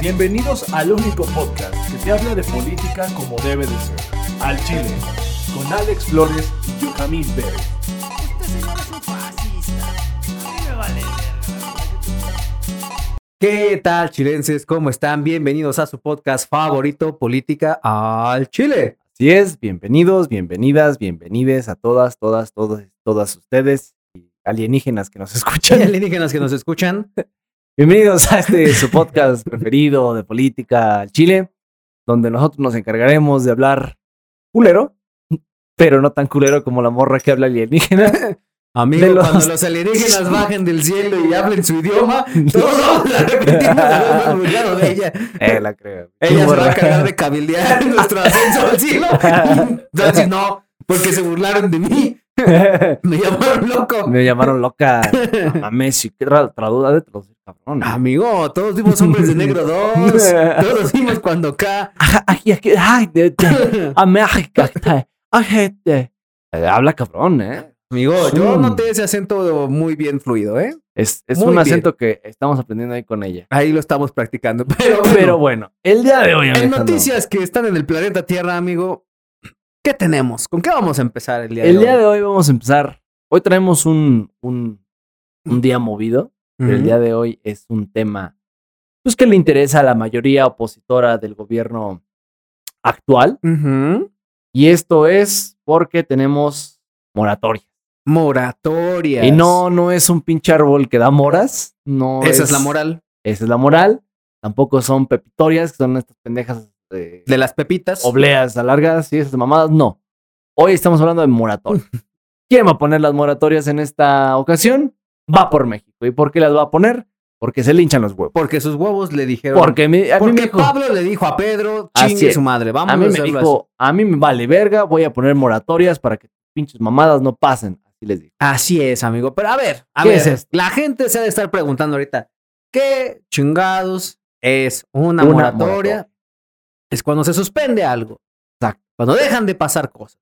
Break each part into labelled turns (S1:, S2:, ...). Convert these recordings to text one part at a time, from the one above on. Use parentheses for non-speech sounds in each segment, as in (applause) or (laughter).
S1: Bienvenidos al único podcast que te habla de política como debe de ser. Al Chile, con Alex Flores y Jamil Pérez.
S2: Este señor es un fascista. A mí me vale verga.
S3: ¿Qué tal, chilenses? ¿Cómo están? Bienvenidos a su podcast favorito, Política al Chile.
S4: Así es, bienvenidos, bienvenidas, bienvenides a todas, todas, todos, todas ustedes y alienígenas que nos (laughs) escuchan.
S3: (laughs) Alienígenas que nos escuchan.
S4: Bienvenidos a este su podcast preferido de política al Chile, donde nosotros nos encargaremos de hablar culero, pero no tan culero como la morra que habla alienígena.
S3: (laughs) Amigo,
S4: De los-
S3: cuando los alienígenas bajen del cielo y hablen su idioma, todos la repetimos al mismo lugar de ella.
S4: (laughs) Eh, la creo.
S3: Ella se va a
S4: Morra.
S3: cargar de cabildear (laughs) nuestro ascenso al cielo. Va a decir, no, porque se burlaron de mí. Me llamaron loco.
S4: (laughs) Me llamaron
S3: (laughs)
S4: loca. No Mames, sí, qué ra- traduda de traducir, cabrón.
S3: Amigo, todos vimos Hombres de Negro 2. Todos vimos cuando acá.
S4: Ay, ay, ay, de- de- (laughs) América, ay, ay, gente. Eh, Habla cabrón, ¿eh?
S3: Amigo, yo
S4: Mm.
S3: noté ese acento muy bien fluido, ¿eh?
S4: Es, es
S3: Muy
S4: un
S3: bien.
S4: acento que estamos aprendiendo ahí con ella.
S3: Ahí lo estamos practicando. (laughs) Pero,
S4: Pero bueno, el día de hoy,
S3: en
S4: Alejandro,
S3: noticias que están en el planeta Tierra, amigo, ¿qué tenemos? ¿Con qué vamos a empezar el día
S4: El
S3: de
S4: día
S3: hoy?
S4: de hoy vamos a empezar. Hoy traemos un, un, un día movido, pero el día de hoy es un tema pues, que le interesa a la mayoría opositora del gobierno actual.
S3: Ujú.
S4: Y esto es porque tenemos moratoria.
S3: Moratorias.
S4: Y no, no es un pinche árbol que da moras. No
S3: Esa es... la moral
S4: Esa es la moral. Tampoco son pepitorias, que son estas pendejas eh,
S3: de las pepitas.
S4: obleas alargadas y esas mamadas, no. Hoy estamos hablando
S3: (laughs)
S4: de moratoria. ¿Quién va a poner las moratorias en esta ocasión? Va por México. ¿Y por qué las va a poner? Porque se le hinchan los huevos.
S3: Porque sus huevos le dijeron.
S4: Porque mi- a mí
S3: Porque
S4: me dijo,
S3: Pablo le dijo a Pedro,
S4: Así
S3: chingue
S4: es.
S3: su madre. Vamos
S4: a mí
S3: a
S4: me
S3: hacerlo
S4: dijo, a mí me vale verga, voy a poner moratorias para que tus pinches mamadas no pasen. Así les digo.
S3: Así es, amigo. Pero a ver, a
S4: ¿Qué
S3: ver,
S4: es esto?
S3: la gente se ha de estar preguntando ahorita, ¿qué chingados es una,
S4: Una
S3: moratoria?
S4: moratoria.
S3: Es cuando se suspende algo.
S4: Exacto.
S3: Cuando dejan de pasar cosas.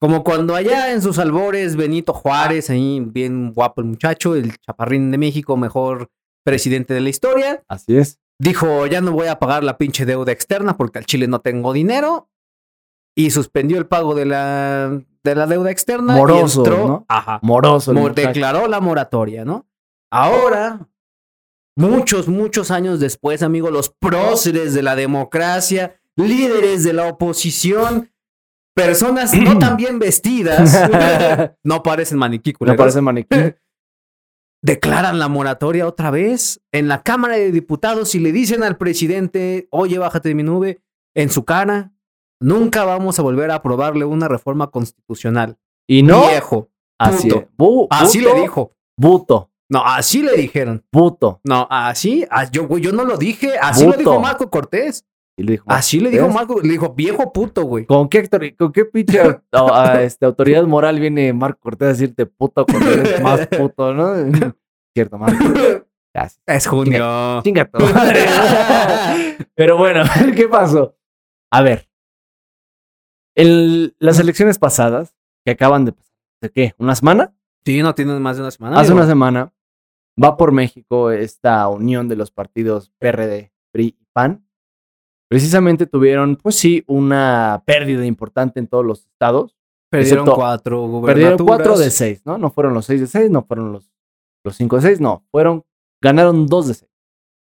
S3: Como cuando allá en sus albores Benito Juárez, ahí bien guapo el muchacho, el chaparrín de México, mejor presidente de la historia,
S4: Así es.
S3: dijo, ya no voy a pagar la pinche deuda externa porque al Chile no tengo dinero. Y suspendió el pago de la, de la deuda externa. y
S4: Moroso,
S3: entró-
S4: ¿no?
S3: Ajá.
S4: Moroso. el
S3: Mo-
S4: muchacho.
S3: declaró la moratoria, ¿no? Ahora, muchos, muchos años después, amigo, los próceres de la democracia, líderes de la oposición, personas (clears throat) no tan bien vestidas, (laughs) no parecen maniquí,
S4: Me
S3: culeros, (laughs)
S4: parece maniquí.
S3: declaran la moratoria otra vez en la Cámara de Diputados y le dicen al presidente, oye, bájate de mi nube, en su cara, nunca vamos a volver a aprobarle una reforma constitucional.
S4: Y no.
S3: Viejo,
S4: Así,
S3: punto.
S4: es. Bu-
S3: así
S4: buto,
S3: le dijo.
S4: Buto.
S3: No, así le dijeron.
S4: Buto.
S3: No, así, a- yo, güey, yo no lo dije, así
S4: Puto.
S3: lo dijo Marco Cortés.
S4: Y le dijo,
S3: Así le dijo
S4: ¿ves?
S3: Marco, le dijo viejo puto, güey.
S4: ¿Con qué, actor- con qué pinche au- a- este, autoridad moral viene Marco Cortés a decirte puto cuando eres más puto, no? (laughs) Cierto, Marco. Ya,
S3: Es (laughs) junio.
S4: Chinga tu madre. Pero bueno, (laughs) ¿qué pasó? A ver. El- las elecciones pasadas, que acaban de pasar, ¿de qué? ¿Una semana?
S3: Sí, no tiene más de una semana.
S4: Hace
S3: amigo.
S4: una semana va por México esta unión de los partidos PRD, PRI y PAN. Precisamente tuvieron, pues sí, una pérdida importante en todos los estados.
S3: Perdieron
S4: excepto-
S3: cuatro gubernaturas.
S4: Perdieron cuatro de seis, ¿no? No fueron los seis de seis, no fueron los, los cinco de seis, no. Fueron, ganaron dos de seis.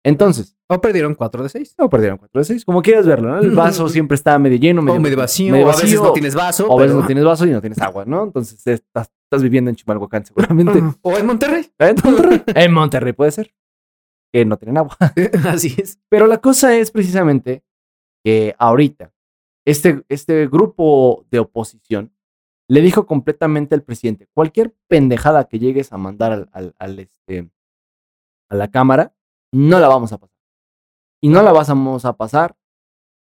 S4: Entonces,
S3: O perdieron cuatro de seis.
S4: no perdieron cuatro de seis, como quieras verlo, ¿no?
S3: (laughs)
S4: El vaso siempre está medio lleno, medio,
S3: o medio vacío,
S4: medio
S3: o a veces
S4: vacío,
S3: no tienes vaso.
S4: o a veces
S3: pero-
S4: no tienes vaso y no tienes agua, ¿no? Entonces estás, estás viviendo en Chimalhuacán
S3: (laughs)
S4: seguramente. (laughs)
S3: O en Monterrey.
S4: En Monterrey. En Monterrey puede ser. Que no tienen agua.
S3: Así es.
S4: Pero la cosa es precisamente que ahorita este, este grupo de oposición le dijo completamente al presidente, cualquier pendejada que llegues a mandar al, al- al, este, a la Cámara, no la vamos a pasar. Y no la vamos a pasar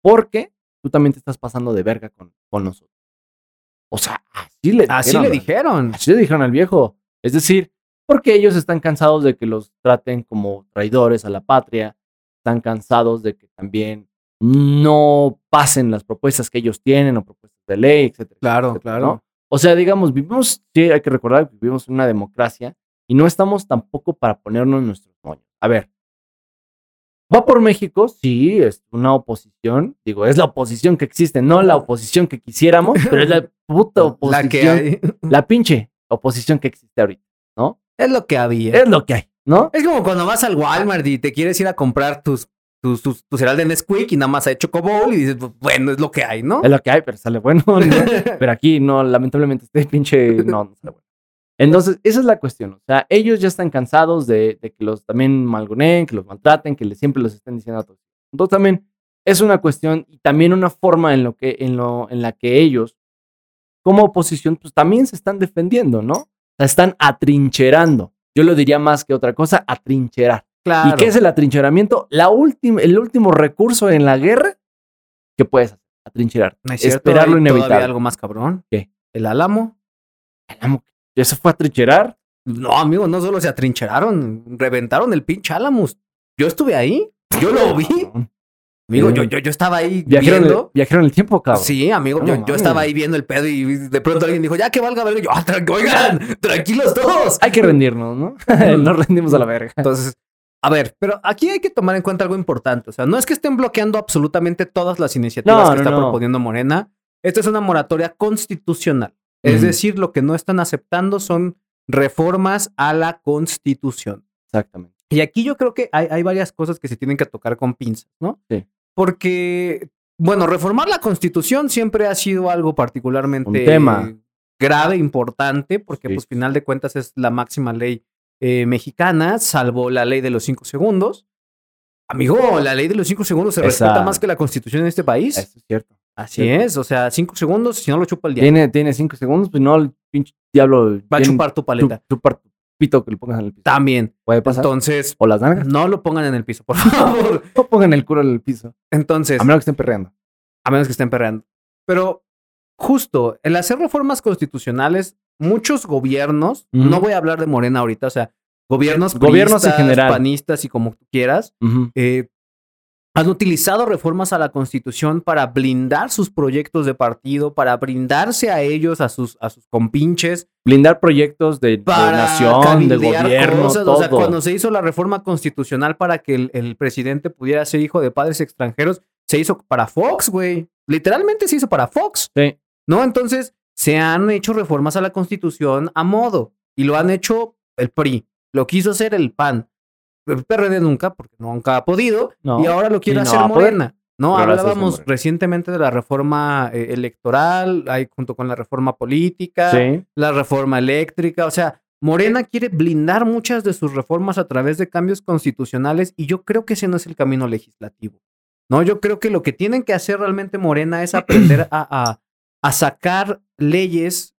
S4: porque tú también te estás pasando de verga con, con nosotros. O sea, así le
S3: Así
S4: dijeron,
S3: le
S4: man.
S3: dijeron.
S4: Así le dijeron al viejo. Es decir, porque ellos están cansados de que los traten como traidores a la patria, están cansados de que también no pasen las propuestas que ellos tienen o propuestas de ley, etcétera.
S3: Claro,
S4: etcétera, ¿no? O sea, digamos, vivimos, sí, hay que recordar que vivimos en una democracia y no estamos tampoco para ponernos nuestros moños. A ver, va por México, sí, es una oposición, digo, es la oposición que existe, no la oposición que quisiéramos, pero es la puta
S3: (laughs)
S4: oposición
S3: La que hay-
S4: la pinche oposición que existe ahorita, ¿no?
S3: Es lo que había.
S4: Es lo que hay, ¿no?
S3: Es como cuando
S4: Ah.
S3: vas al Walmart y te quieres ir a comprar tus, tus, tus, tu cereal de Nesquik y nada más hay Chocobowl y dices, "Bu- bueno, es lo que hay, ¿no?
S4: Es lo que hay, pero sale bueno. (laughs) ¿no? Pero aquí no, lamentablemente este pinche no, no sale bueno. Entonces, esa es la cuestión. O sea, ellos ya están cansados de, de que los también malgoneen, que los maltraten, que les, siempre los estén diciendo a todos. Entonces, también es una cuestión y también una forma en, lo que, en, lo, en la que ellos, como oposición, pues también se están defendiendo, ¿no? O sea, están atrincherando. Yo lo diría más que otra cosa, atrincherar.
S3: claro.
S4: ¿Y qué es el atrincheramiento? La última, el último recurso en la guerra que puedes hacer, atrincherar.
S3: No es cierto,
S4: esperar lo
S3: hay todavía
S4: inevitable.
S3: algo más cabrón?
S4: ¿Qué?
S3: ¿El álamo?
S4: Álamo, ¿Eso fue atrincherar?
S3: No, amigo, no solo se atrincheraron, reventaron el pinche Álamos. Yo estuve ahí, yo lo vi. Amigo, yo, yo, yo estaba ahí
S4: Viajero en, el,
S3: viendo.
S4: viajero en el tiempo, cabrón.
S3: Sí, amigo,
S4: No
S3: yo, yo
S4: mames.
S3: estaba ahí viendo el pedo y de pronto alguien dijo, ya que valga verga. Y Yo, "Ah, tra- oigan,
S4: (laughs)
S3: tranquilos todos.
S4: Hay que rendirnos, ¿no? (laughs) Nos rendimos a la verga.
S3: (laughs) Entonces, a ver, pero aquí hay que tomar en cuenta algo importante. O sea, no es que estén bloqueando absolutamente todas las iniciativas
S4: No,
S3: que
S4: no,
S3: está
S4: no.
S3: proponiendo Morena. Esta es una moratoria constitucional. Es
S4: Ujú.
S3: decir, lo que no están aceptando son reformas a la constitución.
S4: Exactamente.
S3: Y aquí yo creo que hay, hay varias cosas que se tienen que tocar con pinzas, ¿no?
S4: Sí.
S3: Porque, bueno, reformar la constitución siempre ha sido algo particularmente
S4: Un tema.
S3: grave, importante, porque
S4: Sí.
S3: pues final de cuentas es la máxima ley eh, mexicana, salvo la ley de los cinco segundos. Amigo, la ley de los cinco segundos se respeta
S4: Esa.
S3: más que la constitución en este país.
S4: Eso es cierto.
S3: Así es, o sea, cinco segundos, si no lo chupa el diablo,
S4: Tiene, tiene cinco segundos, pues no, el pinche
S3: va
S4: diablo.
S3: a
S4: tiene-
S3: chupar tu paleta.
S4: chu- chupar tu pito que le pongas en el piso.
S3: También.
S4: Puede pasar.
S3: Entonces,
S4: O las nalgas.
S3: no lo pongan en el piso, por (laughs) favor.
S4: No pongan el culo en el piso.
S3: Entonces,
S4: A menos que estén perreando.
S3: a menos que estén perreando. Pero justo, el hacer reformas constitucionales, muchos gobiernos,
S4: Ujú.
S3: no voy a hablar de Morena ahorita, o sea, gobiernos,
S4: Gobiernos en
S3: priistas,
S4: general.
S3: panistas y como tú quieras,
S4: Ujú.
S3: eh, han utilizado reformas a la Constitución para blindar sus proyectos de partido, para brindarse a ellos, a sus, a sus compinches,
S4: Blindar proyectos de, de
S3: para
S4: nación, de
S3: cabildear
S4: gobierno,
S3: cosas.
S4: todo.
S3: O sea, cuando se hizo la reforma constitucional para que el, el presidente pudiera ser hijo de padres extranjeros, se hizo para Fox, güey. Literalmente se hizo para Fox.
S4: Sí.
S3: ¿No? Entonces, se han hecho reformas a la Constitución a modo y lo han hecho el PRI, lo quiso hacer el PAN, el PRD nunca, porque nunca ha podido,
S4: No,
S3: y ahora lo quiere
S4: y no
S3: hacer
S4: va a poder.
S3: Morena. No,
S4: Pero ahora se hace
S3: hablábamos
S4: Morena.
S3: recientemente de la reforma eh, electoral, ahí junto con la reforma política,
S4: Sí.
S3: la reforma eléctrica, o sea, Morena quiere blindar muchas de sus reformas a través de cambios constitucionales y yo creo que ese no es el camino legislativo. No, yo creo que lo que tienen que hacer realmente Morena es aprender a, a- a sacar leyes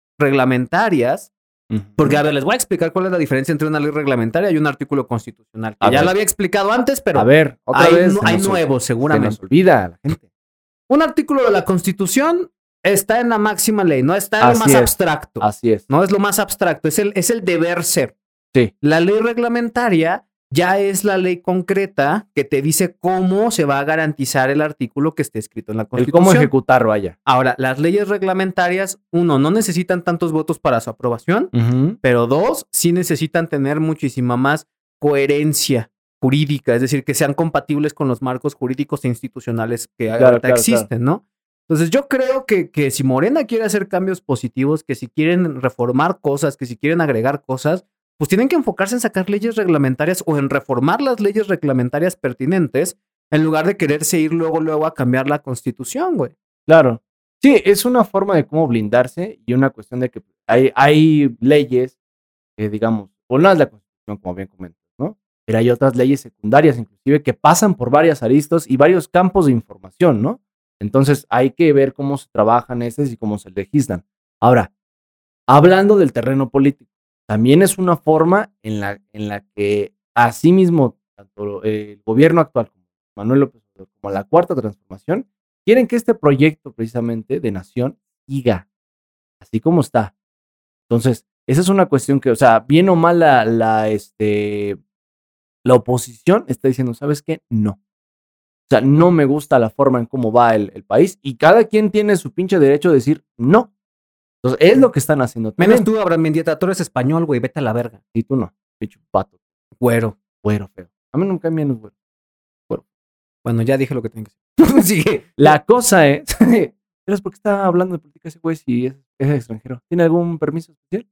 S3: reglamentarias,
S4: Ujú.
S3: porque a ver, les voy a explicar cuál es la diferencia entre una ley reglamentaria y un artículo constitucional. que
S4: A
S3: ya
S4: ver.
S3: lo había explicado antes, pero
S4: a ver, otra
S3: hay,
S4: vez.
S3: nu-
S4: se
S3: hay
S4: nos-
S3: nuevos
S4: Se
S3: seguramente.
S4: nos olvida a la gente.
S3: Un artículo de la Constitución está en la máxima ley, no está en lo
S4: Así
S3: más
S4: es.
S3: abstracto.
S4: Así es.
S3: No es lo más abstracto, es el, es el deber ser.
S4: Sí.
S3: La ley reglamentaria ya es la ley concreta que te dice cómo se va a garantizar el artículo que esté escrito en la
S4: El
S3: Constitución.
S4: cómo ejecutar, vaya.
S3: Ahora, las leyes reglamentarias, uno, no necesitan tantos votos para su aprobación, pero dos, sí necesitan tener muchísima más coherencia jurídica, es decir, que sean compatibles con los marcos jurídicos e institucionales que
S4: Claro,
S3: ahorita
S4: claro,
S3: existen, ¿no? Entonces yo creo que, que si Morena quiere hacer cambios positivos, que si quieren reformar cosas, que si quieren agregar cosas, pues tienen que enfocarse en sacar leyes reglamentarias o en reformar las leyes reglamentarias pertinentes en lugar de quererse ir luego, luego a cambiar la constitución, güey.
S4: Claro. Sí, es una forma de cómo blindarse y una cuestión de que hay, hay leyes que, digamos, una es la Constitución, como bien comentas, ¿no? Pero hay otras leyes secundarias, inclusive, que pasan por varias aristas y varios campos de información, ¿no? Entonces, hay que ver cómo se trabajan estas y cómo se legislan. Ahora, hablando del terreno político, también es una forma en la, en la que, asimismo, tanto eh, el gobierno actual como Manuel López Obrador como la cuarta transformación, quieren que este proyecto precisamente de nación siga así como está. Entonces, esa es una cuestión que, o sea, bien o mal la, la, este, la oposición está diciendo, ¿sabes qué? No. O sea, no me gusta la forma en cómo va el, el país y cada quien tiene su pinche derecho de decir no. Entonces, es lo que están haciendo.
S3: Menos
S4: Tienen-
S3: tú, Abraham Mendieta, tú eres español, güey, vete a la verga.
S4: Y tú no, pinche pato,
S3: Güero.
S4: güero, feo. A mí nunca me los güeros.
S3: Bueno, ya dije lo que tengo que decir. (laughs) Sigue.
S4: La cosa es. (laughs) ¿Pero por qué está hablando de política ese güey si es, es extranjero? ¿Tiene algún permiso especial?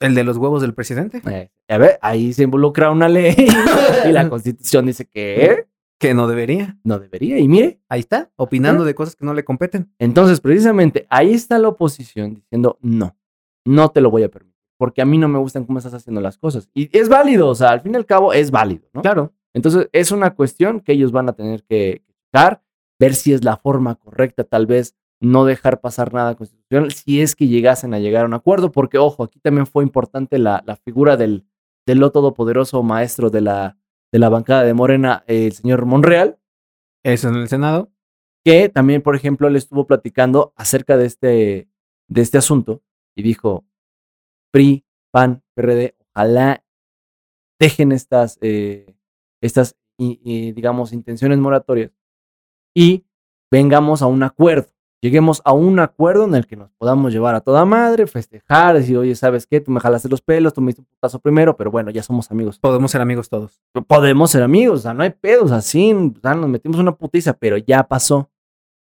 S3: ¿El de los huevos del presidente?
S4: Eh, a ver, ahí se involucra una ley (laughs) y la constitución dice que
S3: Que no debería.
S4: no debería. Y mire,
S3: Ahí está, opinando de cosas que no le competen.
S4: entonces precisamente ahí está la oposición diciendo no, no te lo voy a permitir porque a mí no me gustan cómo estás haciendo las cosas. Y es válido, o sea, al fin y al cabo es válido, ¿no?
S3: Claro.
S4: Entonces, es una cuestión que ellos van a tener que buscar, ver si es la forma correcta, tal vez no dejar pasar nada constitucional, si es que llegasen a llegar a un acuerdo, porque, ojo, aquí también fue importante la, la figura del, del lo todopoderoso maestro de la, de la bancada de Morena, eh, el señor Monreal,
S3: Eso en el Senado.
S4: que también, por ejemplo, le estuvo platicando acerca de este, de este asunto y dijo, PRI, PAN, PRD, ojalá dejen estas, eh, estas i- i- digamos, intenciones moratorias y vengamos a un acuerdo. Lleguemos a un acuerdo en el que nos podamos llevar a toda madre, festejar, decir, oye, ¿sabes qué? Tú me jalaste los pelos, tú me diste un putazo primero, pero bueno, ya somos amigos
S3: Podemos ser amigos todos.
S4: podemos ser amigos, o sea, no hay pedos, así, o sea, nos metimos una putiza, pero ya pasó,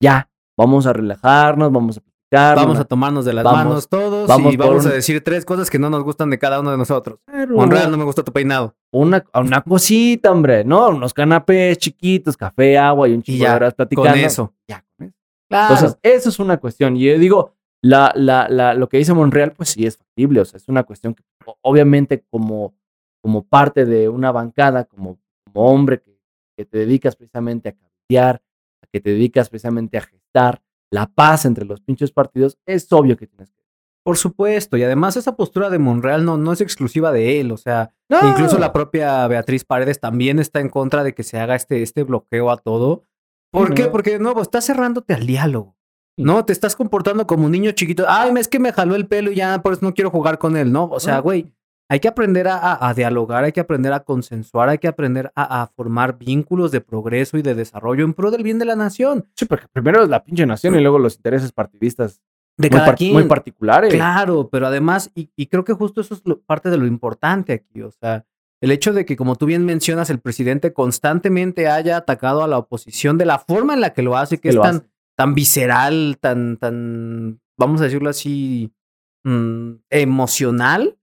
S4: ya, vamos a relajarnos, vamos a platicar,
S3: Vamos a tomarnos de las
S4: Vamos.
S3: manos todos
S4: Vamos
S3: y
S4: por
S3: vamos
S4: un-
S3: a decir tres cosas que no nos gustan de cada uno de nosotros.
S4: tomar
S3: Monreal, no
S4: una,
S3: me gusta tu peinado.
S4: una, una cosita, hombre, ¿no? Unos canapés chiquitos, café, agua y un
S3: Y
S4: chico de
S3: ya,
S4: horas
S3: con
S4: platicando.
S3: eso.
S4: Ya, con eso.
S3: Claro.
S4: Entonces, eso es una cuestión. Y yo digo, la, la, la, lo que dice Monreal, pues sí es factible. O sea, es una cuestión que o- obviamente como, como parte de una bancada, como, como hombre que, que te dedicas precisamente a cambiar, a que te dedicas precisamente a gestar la paz entre los pinches partidos, es obvio que tienes que...
S3: por supuesto. Y además esa postura de Monreal no, no es exclusiva de él. O sea,
S4: No.
S3: incluso la propia Beatriz Paredes también está en contra de que se haga este, este bloqueo a todo. ¿Por
S4: Ujú.
S3: qué? Porque de nuevo, estás cerrándote al diálogo. No, te estás comportando como un niño chiquito. Ay, es que me jaló el pelo y ya por eso no quiero jugar con él, ¿no? O sea,
S4: Ah.
S3: güey, hay que aprender a, a- a dialogar, hay que aprender a consensuar, hay que aprender a, a formar vínculos de progreso y de desarrollo en pro del bien de la nación.
S4: Sí, porque primero es la pinche nación y luego los intereses partidistas
S3: De
S4: muy,
S3: cada
S4: par-
S3: quien.
S4: muy particulares.
S3: Claro, pero además, y, y creo que justo eso es lo- parte de lo importante aquí, o sea, el hecho de que, como tú bien mencionas, el presidente constantemente haya atacado a la oposición de la forma en la que lo hace, que,
S4: Que
S3: es
S4: lo
S3: tan,
S4: hacen.
S3: tan visceral, tan, tan, vamos a decirlo así, mm, emocional,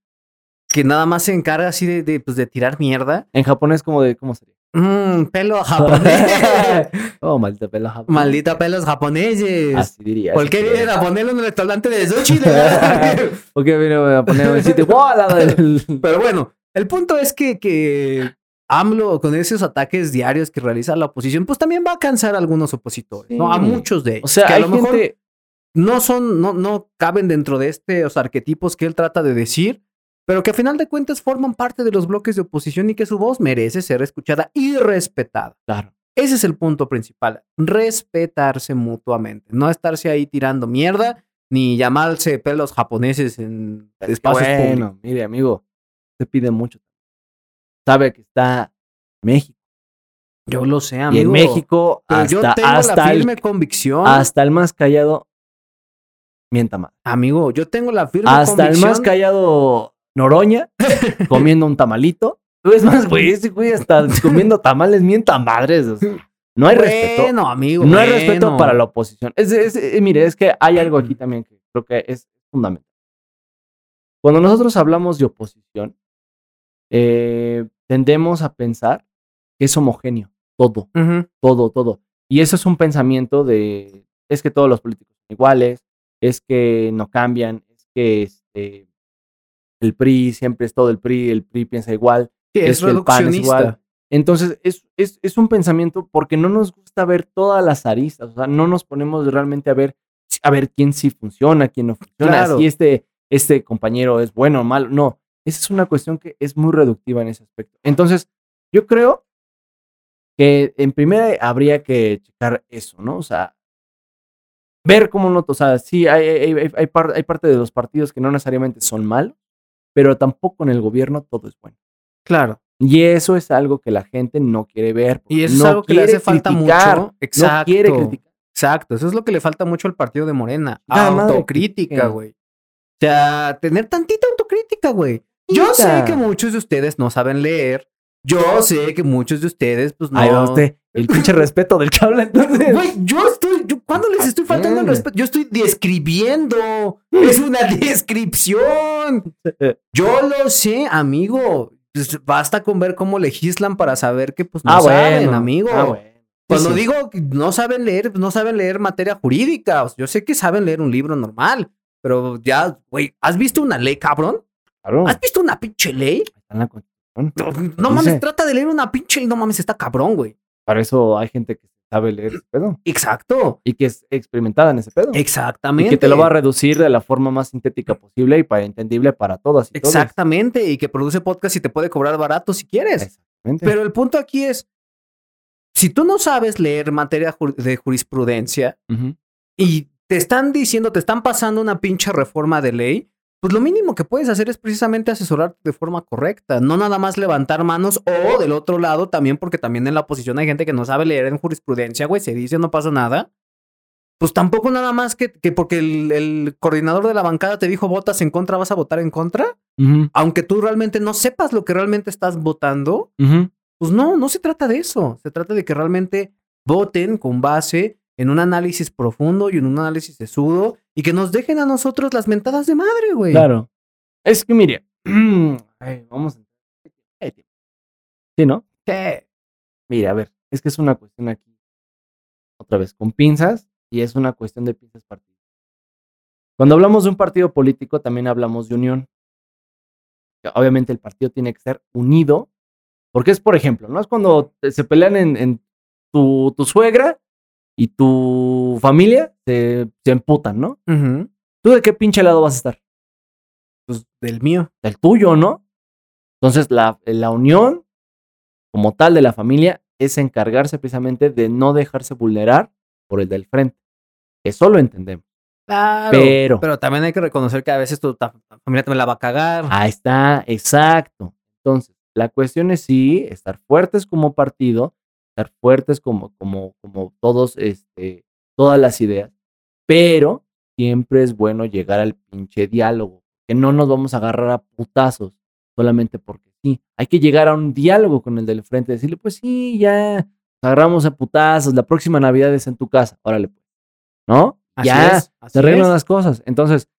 S3: que nada más se encarga así de, de, pues, de tirar mierda.
S4: En japonés, como de,
S3: (laughs)
S4: ¿cómo sería?
S3: Mm, pelo
S4: (laughs)
S3: japonés.
S4: oh, maldita pela japonés.
S3: Maldita pelos japoneses.
S4: Así diría.
S3: ¿Por
S4: así
S3: qué
S4: diría.
S3: vienen a ponerlo en el restaurante de Xochitl?
S4: (laughs) Porque vino a poner
S3: (laughs)
S4: un sitio. ¡Oh, al lado del-
S3: Pero bueno, el punto es que, que AMLO, con esos ataques diarios que realiza la oposición, pues también va a cansar a algunos opositores, ¿no? A
S4: Sí.
S3: muchos de ellos.
S4: O sea,
S3: que a
S4: hay
S3: lo mejor
S4: gente.
S3: no son, no, no caben dentro de estos arquetipos que él trata de decir, pero que a final de cuentas forman parte de los bloques de oposición y que su voz merece ser escuchada y respetada.
S4: Claro.
S3: Ese es el punto principal, respetarse mutuamente, no estarse ahí tirando mierda ni llamarse pelos japoneses en espacios públicos.
S4: Bueno, mire, amigo. Se pide mucho. Sabe que está México.
S3: Yo lo sé, amigo.
S4: y en México,
S3: Pero
S4: hasta,
S3: yo tengo la
S4: hasta,
S3: firme
S4: el,
S3: convicción,
S4: hasta el más callado. Mienta más.
S3: amigo, yo tengo la firme
S4: Hasta el
S3: convicción.
S4: más callado
S3: (laughs)
S4: Noroña comiendo un tamalito. Es más, güey, ese güey hasta comiendo tamales mienta madres. o sea, no hay respeto.
S3: Bueno, amigo,
S4: No hay respeto
S3: bueno.
S4: para la oposición. Es, es- eh, mire, es que hay algo aquí también que creo que es fundamental. Cuando nosotros hablamos de oposición, eh, tendemos a pensar que es homogéneo. Todo,
S3: Ujú.
S4: todo, todo. Y eso es un pensamiento de, es que todos los políticos son iguales, es que no cambian, es que este, el PRI siempre es todo el PRI, el PRI piensa igual.
S3: Que es,
S4: Es que el pan es igual.
S3: reduccionista.
S4: Entonces, es, es, es un pensamiento porque no nos gusta ver todas las aristas, o sea, no nos ponemos realmente a ver, a ver quién sí funciona, quién no funciona,
S3: Claro.
S4: si este, este compañero es bueno o malo. No, esa es una cuestión que es muy reductiva en ese aspecto. Entonces, yo creo que en primera habría que checar eso, ¿no? O sea, ver cómo no, o sea, sí, hay, hay- hay- hay par- hay parte de los partidos que no necesariamente son malos, pero tampoco en el gobierno todo es bueno.
S3: Claro.
S4: Y eso es algo que la gente no quiere ver.
S3: Y eso es
S4: no
S3: algo que le
S4: quiere
S3: hace falta
S4: criticar,
S3: mucho.
S4: No quiere
S3: Exacto.
S4: criticar.
S3: Exacto, eso es lo que le falta mucho al partido de Morena.
S4: Ah, madre,
S3: autocrítica,
S4: critiquen.
S3: güey. O sea, tener tantita autocrítica, güey. Yo sé
S4: Tantita.
S3: que muchos de ustedes no saben leer. Yo sé que muchos de ustedes, pues no.
S4: Ahí va usted, el pinche respeto del que habla entonces.
S3: Güey, yo estoy. Yo, ¿Cuándo les estoy faltando el
S4: Atiende.
S3: respeto? Yo estoy describiendo. Es una (laughs) descripción. Yo lo sé, amigo. Pues, basta con ver cómo legislan para saber que, pues, no saben, amigo.
S4: Ah, bueno.
S3: Cuando
S4: Sí, sí.
S3: digo que no saben leer, pues, no saben leer materia jurídica. O sea, yo sé que saben leer un libro normal, pero ya, güey, ¿has visto una ley, cabrón?
S4: Claro,
S3: ¿Has visto una pinche ley?
S4: está en la Constitución.
S3: No, no mames,
S4: Dice.
S3: trata de leer una pinche ley. No mames, está cabrón, güey.
S4: Para eso hay gente que sabe leer ese pedo
S3: Exacto.
S4: y que es experimentada en ese pedo.
S3: Exactamente.
S4: Y que te lo va a reducir de la forma más sintética posible y para entendible para todas y todos.
S3: Exactamente, y que produce podcast y te puede cobrar barato si quieres.
S4: Exactamente.
S3: Pero el punto aquí es, si tú no sabes leer materia ju- de jurisprudencia
S4: Ujú.
S3: y te están diciendo, te están pasando una pinche reforma de ley, pues lo mínimo que puedes hacer es precisamente asesorarte de forma correcta, no nada más levantar manos o del otro lado también, porque también en la oposición hay gente que no sabe leer en jurisprudencia, güey, se dice no pasa nada. Pues tampoco nada más que, que porque el- el coordinador de la bancada te dijo votas en contra, vas a votar en contra
S4: Ujú.
S3: aunque tú realmente no sepas lo que realmente estás votando,
S4: Ujú.
S3: pues no, no se trata de eso. Se trata de que realmente voten con base en un análisis profundo y en un análisis sesudo y que nos dejen a nosotros las mentadas de madre, güey.
S4: Claro. Es que mire, (clears throat) ay, vamos a... Sí, ¿no? Mira, a ver, es que es una cuestión aquí, otra vez, con pinzas, y es una cuestión de pinzas partidos. Cuando hablamos de un partido político, también hablamos de unión. Obviamente el partido tiene que ser unido, porque es, por ejemplo, no es cuando te- se pelean en, en tu, tu suegra y tu familia, se, se emputan, ¿no?
S3: Ujú.
S4: ¿Tú de qué pinche lado vas a estar?
S3: Pues del mío.
S4: del tuyo, ¿no? Entonces, la, la unión como tal de la familia es encargarse precisamente de no dejarse vulnerar por el del frente. Eso lo entendemos.
S3: Claro. Pero,
S4: Pero,
S3: también hay que reconocer que a veces tu ta- familia también la va a cagar.
S4: ahí está, exacto. Entonces, la cuestión es sí, estar fuertes como partido, estar fuertes como, como, como todos, este, todas las ideas, pero siempre es bueno llegar al pinche diálogo, que no nos vamos a agarrar a putazos. solamente porque sí. Hay que llegar a un diálogo con el del frente, decirle, pues sí, ya, nos agarramos a putazos, la próxima Navidad es en tu casa, órale, pues. ¿No?
S3: Así
S4: ya,
S3: es, así
S4: se arreglan
S3: es.
S4: las cosas. Entonces,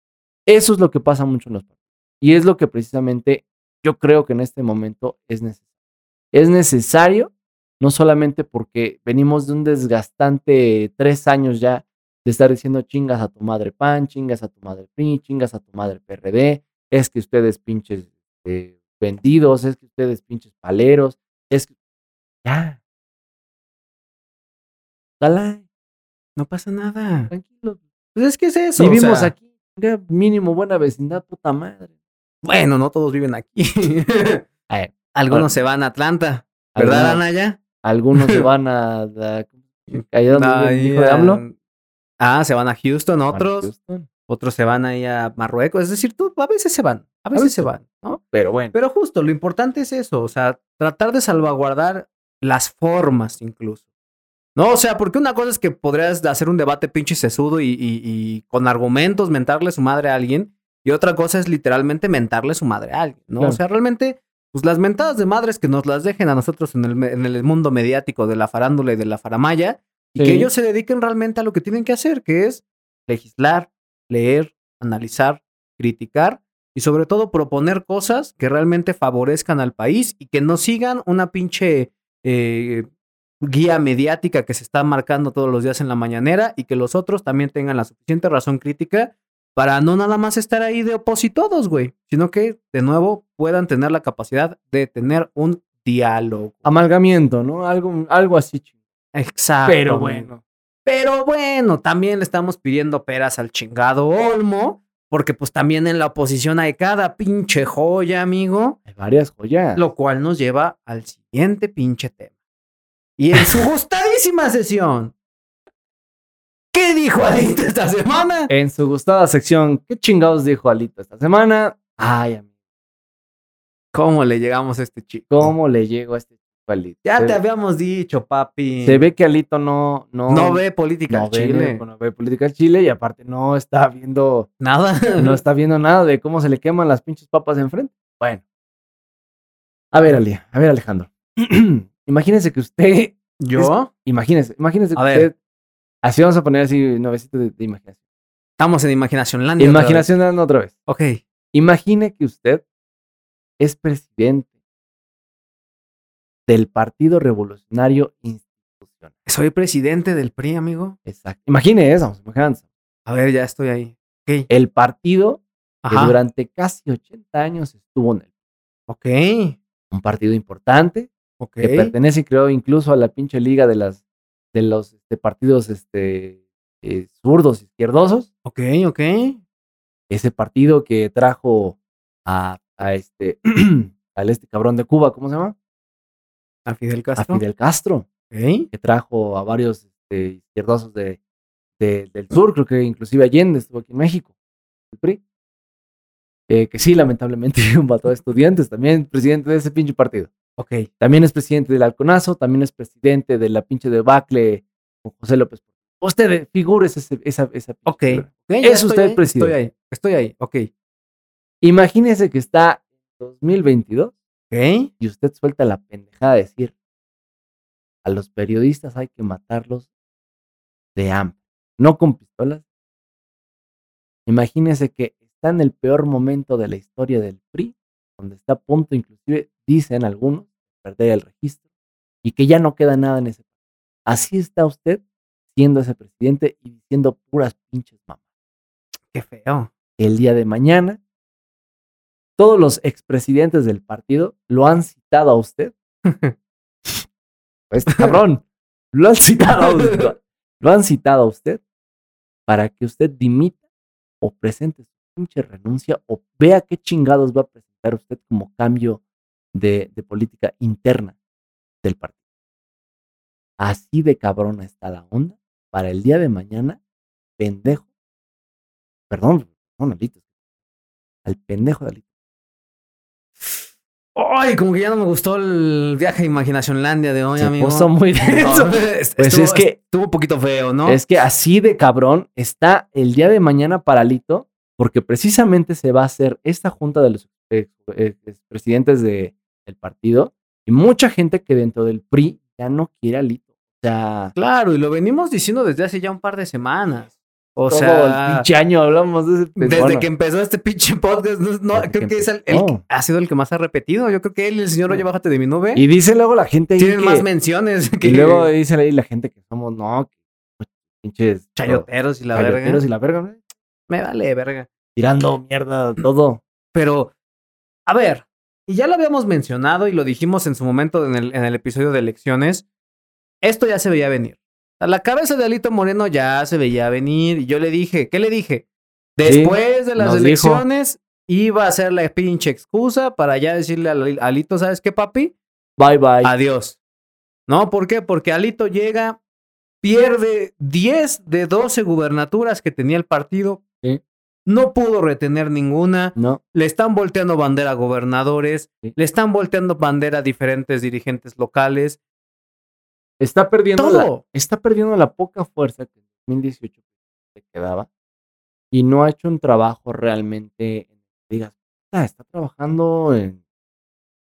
S4: eso es lo que pasa mucho en los partidos. Y es lo que precisamente yo creo que en este momento es necesario. Es necesario, no solamente porque venimos de un desgastante tres años ya de estar diciendo chingas a tu madre PAN, chingas a tu madre PRI, chingas a tu madre PRD, es que ustedes pinches eh, vendidos, es que ustedes pinches paleros, es que... Ya. Dale,
S3: No pasa nada.
S4: tranquilo.
S3: Pues es que es eso. o
S4: Vivimos
S3: sea,
S4: aquí. chinga, Mínimo buena vecindad, puta madre.
S3: Bueno, no todos viven aquí.
S4: A ver,
S3: (laughs) Algunos
S4: ahora-
S3: se van a Atlanta. ¿Verdad,
S4: Algunos,
S3: Ana, ya?
S4: algunos
S3: (laughs)
S4: se van a... a- allá donde vive el
S3: Ahí,
S4: hijo de AMLO.
S3: ah, Ah, se van a Houston
S4: Van a
S3: otros,
S4: Houston.
S3: otros se van ahí a Marruecos, es decir, tú, a veces se van, a veces
S4: veces
S3: se
S4: se
S3: van, ¿no?
S4: Pero bueno.
S3: Pero justo, lo importante es eso, o sea, tratar de salvaguardar las formas incluso. No, o sea, porque una cosa es que podrías hacer un debate pinche sesudo y, y- y con argumentos mentarle su madre a alguien, y otra cosa es literalmente mentarle su madre a alguien, ¿no? O
S4: Claro.
S3: sea, realmente, pues las mentadas de madres que nos las dejen a nosotros en el, me- en el mundo mediático de la farándula y de la faramaya, y que
S4: Sí.
S3: ellos se dediquen realmente a lo que tienen que hacer, que es legislar, leer, analizar, criticar y sobre todo proponer cosas que realmente favorezcan al país y que no sigan una pinche eh, guía mediática que se está marcando todos los días en la mañanera y que los otros también tengan la suficiente razón crítica para no nada más estar ahí de opositodos, güey, sino que de nuevo puedan tener la capacidad de tener un diálogo.
S4: Amalgamiento, ¿no? Algo, algo así. chido.
S3: Exacto.
S4: Pero bueno.
S3: Pero bueno, también le estamos pidiendo peras al chingado Olmo, porque pues también en la oposición hay cada pinche joya, amigo,
S4: Hay varias joyas.
S3: lo cual nos lleva al siguiente pinche tema. Y en su gustadísima sesión, ¿qué dijo Adicto esta semana?
S4: En su gustada sección, ¿qué chingados dijo Alito esta semana? Ay, amigo,
S3: ¿Cómo le llegamos a este Eh, chico?
S4: ¿cómo le llego a este chico Alito?
S3: Ya
S4: se,
S3: te habíamos dicho, papi.
S4: se ve que Alito no... No,
S3: no ve política
S4: no
S3: en
S4: ve,
S3: Chile.
S4: no- no ve política en Chile y aparte no está viendo...
S3: (laughs) Nada.
S4: (laughs) No está viendo nada de cómo se le queman las pinches papas enfrente. Bueno. A ver, Ali, a ver, Alejandro. (clears throat) imagínense que usted
S3: ¿Yo?
S4: Imagínense, imagínense que
S3: A ver.
S4: usted. Así vamos a poner así nuevecito de, de imaginación.
S3: Estamos en Imaginación Landia. otra vez.
S4: Imaginación dando otra vez.
S3: Ok.
S4: Imagine que usted es presidente del Partido Revolucionario Institucional.
S3: Soy presidente del PRI, amigo.
S4: Exacto. Imagine eso, vamos, imagínense.
S3: A ver, ya estoy ahí. Ok.
S4: El partido
S3: Ajá.
S4: que durante casi 80 años estuvo en el.
S3: Ok.
S4: Un partido importante
S3: Ok.
S4: que pertenece, creo, incluso a la pinche liga de las de los este, partidos este, eh, zurdos, izquierdosos.
S3: Ok, ok.
S4: ese partido que trajo a, a este (clears throat) al este cabrón de Cuba, ¿cómo se llama?
S3: A Fidel Castro.
S4: A Fidel Castro,
S3: Ok.
S4: que trajo a varios este, izquierdosos de, de- del sur, creo que inclusive Allende estuvo aquí en México, el PRI. Eh, que sí, lamentablemente, (laughs) mató a estudiantes, también presidente de ese pinche partido.
S3: Ok.
S4: También es presidente del Alconazo, también es presidente de la pinche debacle con José López. Usted eh, figúrese ese- esa, esa pinche
S3: Ok.
S4: figura.
S3: okay
S4: Es usted
S3: estoy ahí,
S4: presidente.
S3: Estoy ahí. Estoy ahí. Ok.
S4: Imagínese que está en 2022
S3: Ok.
S4: y usted suelta la pendejada de decir, a los periodistas hay que matarlos de hambre, no con pistolas. Imagínese que está en el peor momento de la historia del PRI, donde está a punto, inclusive dicen algunos, de perder el registro y que ya no queda nada en ese país. Así está usted siendo ese presidente y diciendo puras pinches mamás
S3: Qué feo.
S4: el día de mañana, todos los expresidentes del partido lo han citado a usted. Este cabrón, lo han citado a usted. Lo han citado a usted para que usted dimita o presente su pinche renuncia o vea qué chingados va a presentar usted como cambio de, de política interna del partido. Así de cabrona está la onda para el día de mañana, pendejo. Perdón, no, Alito. Al pendejo de Alito.
S3: Ay, como que ya no me gustó el viaje a Imaginación Landia de hoy,
S4: Se
S3: amigo. (laughs)
S4: puso muy
S3: No,
S4: denso.
S3: es-
S4: Pues
S3: estuvo-
S4: es que-
S3: Estuvo un poquito feo, ¿no?
S4: Es que así de cabrón está el día de mañana para Alito, porque precisamente se va a hacer esta junta de los ex- ex- ex- presidentes de, del partido y mucha gente que dentro del PRI ya no quiere a Alito. O sea,
S3: Claro, y lo venimos diciendo desde hace ya un par de semanas. O
S4: todo el
S3: sea,
S4: pinche año hablamos de ese
S3: desde
S4: bueno,
S3: que empezó este pinche podcast, no, no,
S4: Desde
S3: creo
S4: que
S3: que es el,
S4: empezó.
S3: el- ha sido el que más ha repetido. Yo creo que él y el señor Oye, bájate de mi nube.
S4: Y dice luego la gente ahí
S3: tienen
S4: que-
S3: más menciones que
S4: y luego dice ahí la gente que somos, no, que pinches
S3: chayoteros y la verga.
S4: chayoteros y la verga, ¿no?
S3: Me vale verga.
S4: tirando mierda a todo.
S3: Pero, a ver, y ya lo habíamos mencionado y lo dijimos en su momento en el, en el episodio de elecciones, esto ya se veía venir. A la cabeza de Alito Moreno ya se veía venir. Y yo le dije, ¿qué le dije?
S4: Sí,
S3: Después de las
S4: nos dijo.
S3: elecciones iba a ser la pinche excusa para ya decirle a Al- Alito, ¿sabes qué, papi?
S4: Bye bye.
S3: Adiós. No, ¿por qué? Porque Alito llega, pierde 10 de 12 gubernaturas que tenía el partido.
S4: Sí.
S3: No pudo retener ninguna
S4: No.
S3: le están volteando bandera a gobernadores,
S4: Sí.
S3: le están volteando bandera a diferentes dirigentes locales.
S4: Está perdiendo La,
S3: Todo.
S4: está perdiendo la poca fuerza que en 2018 le quedaba y no ha hecho un trabajo realmente digas, "Puta, está trabajando en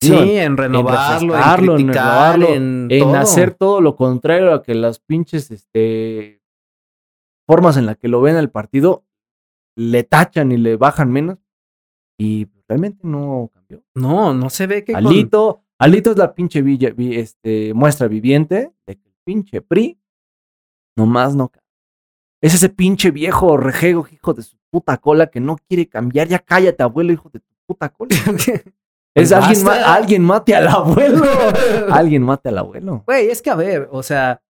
S3: Sí,
S4: Digo,
S3: en renovarlo, en,
S4: refrescarlo, en
S3: criticar,
S4: renovarlo,
S3: en,
S4: en
S3: todo.
S4: hacer todo lo contrario a que las pinches este formas en las que lo ven al partido le tachan y le bajan menos y realmente no cambió.
S3: No, no se ve que con- (laughs)
S4: Alito, Alito es la pinche villa- vi- este, muestra viviente de que el pinche PRI nomás no ca- Es ese pinche viejo rejego, hijo de su puta cola, que no quiere cambiar. Ya cállate, abuelo, hijo de tu puta
S3: (laughs)
S4: cola. es alguien,
S3: Pues basta. (laughs)
S4: ma- alguien mate al abuelo. alguien mate (laughs) al abuelo.
S3: Güey, es que a ver, o sea,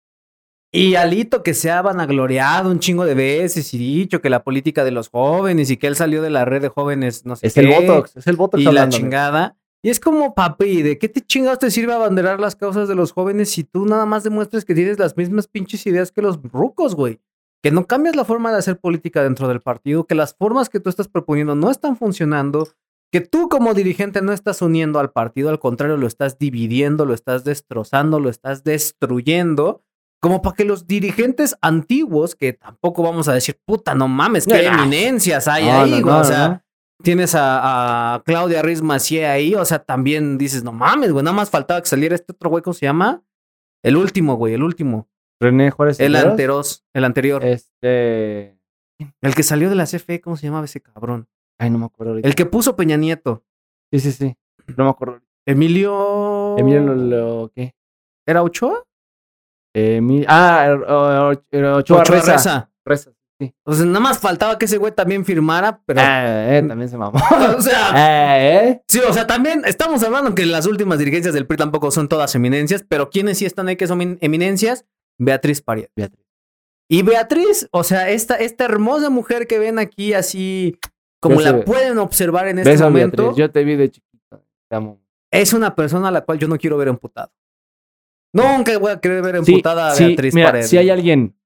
S3: y Alito que se ha vanagloriado un chingo de veces y dicho que la política de los jóvenes y que él salió de la red de jóvenes, no sé
S4: Es el
S3: qué,
S4: Botox, es el Botox
S3: y la
S4: hablando.
S3: chingada. Y es como, papi, ¿de qué te chingados te sirve abanderar las causas de los jóvenes si tú nada más demuestras que tienes las mismas pinches ideas que los rucos, güey? Que no cambias la forma de hacer política dentro del partido, que las formas que tú estás proponiendo no están funcionando, que tú como dirigente no estás uniendo al partido, al contrario, lo estás dividiendo, lo estás destrozando, lo estás destruyendo, como para que los dirigentes antiguos, que tampoco vamos a decir, puta, no mames, qué
S4: Ya.
S3: eminencias hay
S4: No,
S3: ahí,
S4: no,
S3: güey",
S4: no,
S3: o sea,
S4: no.
S3: tienes a, a Claudia Ruiz Macié ahí, o sea, también dices, no mames, güey, nada más faltaba que saliera este otro güey, ¿cómo se llama? El último, güey, el último.
S4: René Juárez.
S3: El
S4: Herreros,
S3: anteros, el
S4: Eh.
S3: anterior.
S4: Este.
S3: El que salió de la CFE, ¿cómo se llamaba ese cabrón?
S4: Ay, no me acuerdo ahorita.
S3: El que puso Peña Nieto.
S4: Sí, sí, sí. No me acuerdo.
S3: Emilio.
S4: Emilio lo, lo- ¿qué?
S3: ¿Era Ochoa?
S4: Emilio. Ah, er- o- o- er- Ochoa, Reza. Reza, sí.
S3: O sea, nada más faltaba que ese güey también firmara, pero.
S4: Ah, eh, también se mamó. (laughs)
S3: (laughs) o sea.
S4: Ah, eh.
S3: Sí, o sea, también estamos hablando que las últimas dirigencias del PRI tampoco son todas eminencias, pero quienes sí están ahí que son min- eminencias, Beatriz Paria.
S4: Beatriz.
S3: Y Beatriz, o sea, esta, esta hermosa mujer que ven aquí así, como
S4: Yo sé-
S3: la pueden observar en este
S4: Beso,
S3: momento,
S4: Beatriz. Yo te vi de chiquito. Te amo.
S3: es una persona a la cual yo no quiero ver emputada. Nunca voy a querer ver
S4: Sí,
S3: emputada a
S4: sí,
S3: Beatriz
S4: mira,
S3: Paredes.
S4: si hay alguien.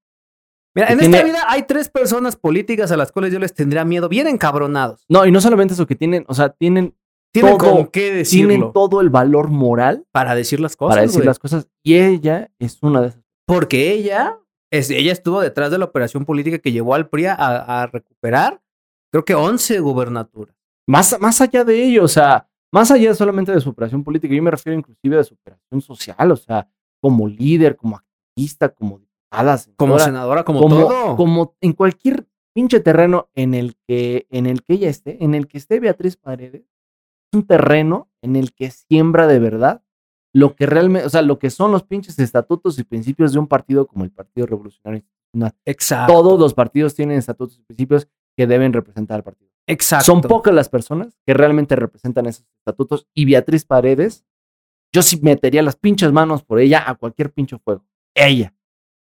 S3: Mira,
S4: que
S3: en
S4: tiene-
S3: esta vida hay tres personas políticas a las cuales yo les tendría miedo, bien encabronados.
S4: No, y no solamente eso que tienen, o sea, tienen,
S3: Tienen
S4: Todo.
S3: con qué
S4: tienen
S3: decirlo
S4: todo el valor moral
S3: para decir las cosas.
S4: para decir
S3: güey.
S4: las cosas. Y ella es una de esas.
S3: Porque ella, es, ella estuvo detrás de la operación política que llevó al PRI a, a recuperar, creo que 11 gubernaturas.
S4: Más, más allá de ello, o sea, más allá solamente de su operación política, yo me refiero inclusive de su operación social, o sea, como líder, como activista, como diputada,
S3: Como
S4: senadora,
S3: senadora, como,
S4: como,
S3: todo.
S4: como en cualquier pinche terreno en el que en el que ella esté, en el que esté Beatriz Paredes, es un terreno en el que siembra de verdad lo que realmente, o sea, lo que son los pinches estatutos y principios de un partido como el Partido Revolucionario.
S3: Exacto.
S4: Todos los partidos tienen estatutos y principios que deben representar al partido.
S3: Exacto.
S4: Son pocas las personas que realmente representan esos estatutos y Beatriz Paredes, yo sí metería las pinches manos por ella a cualquier pinche fuego. Ella.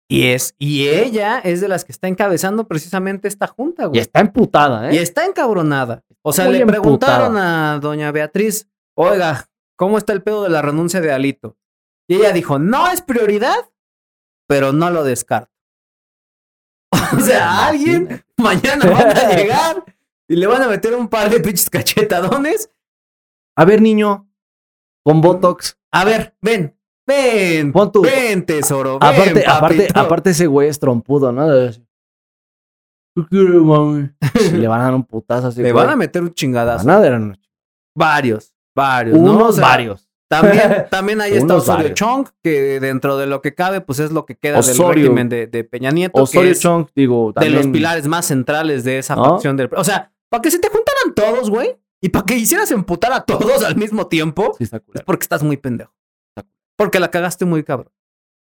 S3: Y, es, y ella es de las que está encabezando precisamente esta junta,
S4: Y
S3: güey.
S4: está emputada, ¿eh?
S3: Y está encabronada. O sea,
S4: Muy
S3: le preguntaron a doña Beatriz, oiga, ¿cómo está el pedo de la renuncia de Alito? Y ella dijo, no es prioridad, pero no lo descarto. (laughs) O sea, alguien mañana van a llegar y le van a meter un par de pinches cachetadones.
S4: A ver, niño, con Botox.
S3: A ver, ven, ven,
S4: Pon tu-
S3: ven, tesoro. ven,
S4: Aparte, aparte,
S3: papito.
S4: aparte ese güey es trompudo, ¿no? De- ¿Qué
S3: (laughs)
S4: quiere, mami? Y Le van a dar un putazo así.
S3: Le
S4: güey.
S3: van a meter un chingadazo.
S4: Van a dar un-
S3: Varios, varios. ¿no?
S4: unos
S3: O sea,
S4: varios. (laughs)
S3: También, también ahí está
S4: Unos
S3: Osorio
S4: varios.
S3: Chong, que dentro de lo que cabe, pues es lo que queda del
S4: Osorio.
S3: régimen de, de Peña Nieto. que
S4: Osorio
S3: es
S4: Chong, digo,
S3: De
S4: también.
S3: los pilares más centrales de esa
S4: ¿No?
S3: facción del. O sea, para que se te juntaran todos, güey, y para que hicieras emputar a todos al mismo tiempo,
S4: Sí, está
S3: es
S4: culero.
S3: porque estás muy pendejo. Porque la cagaste muy cabrón.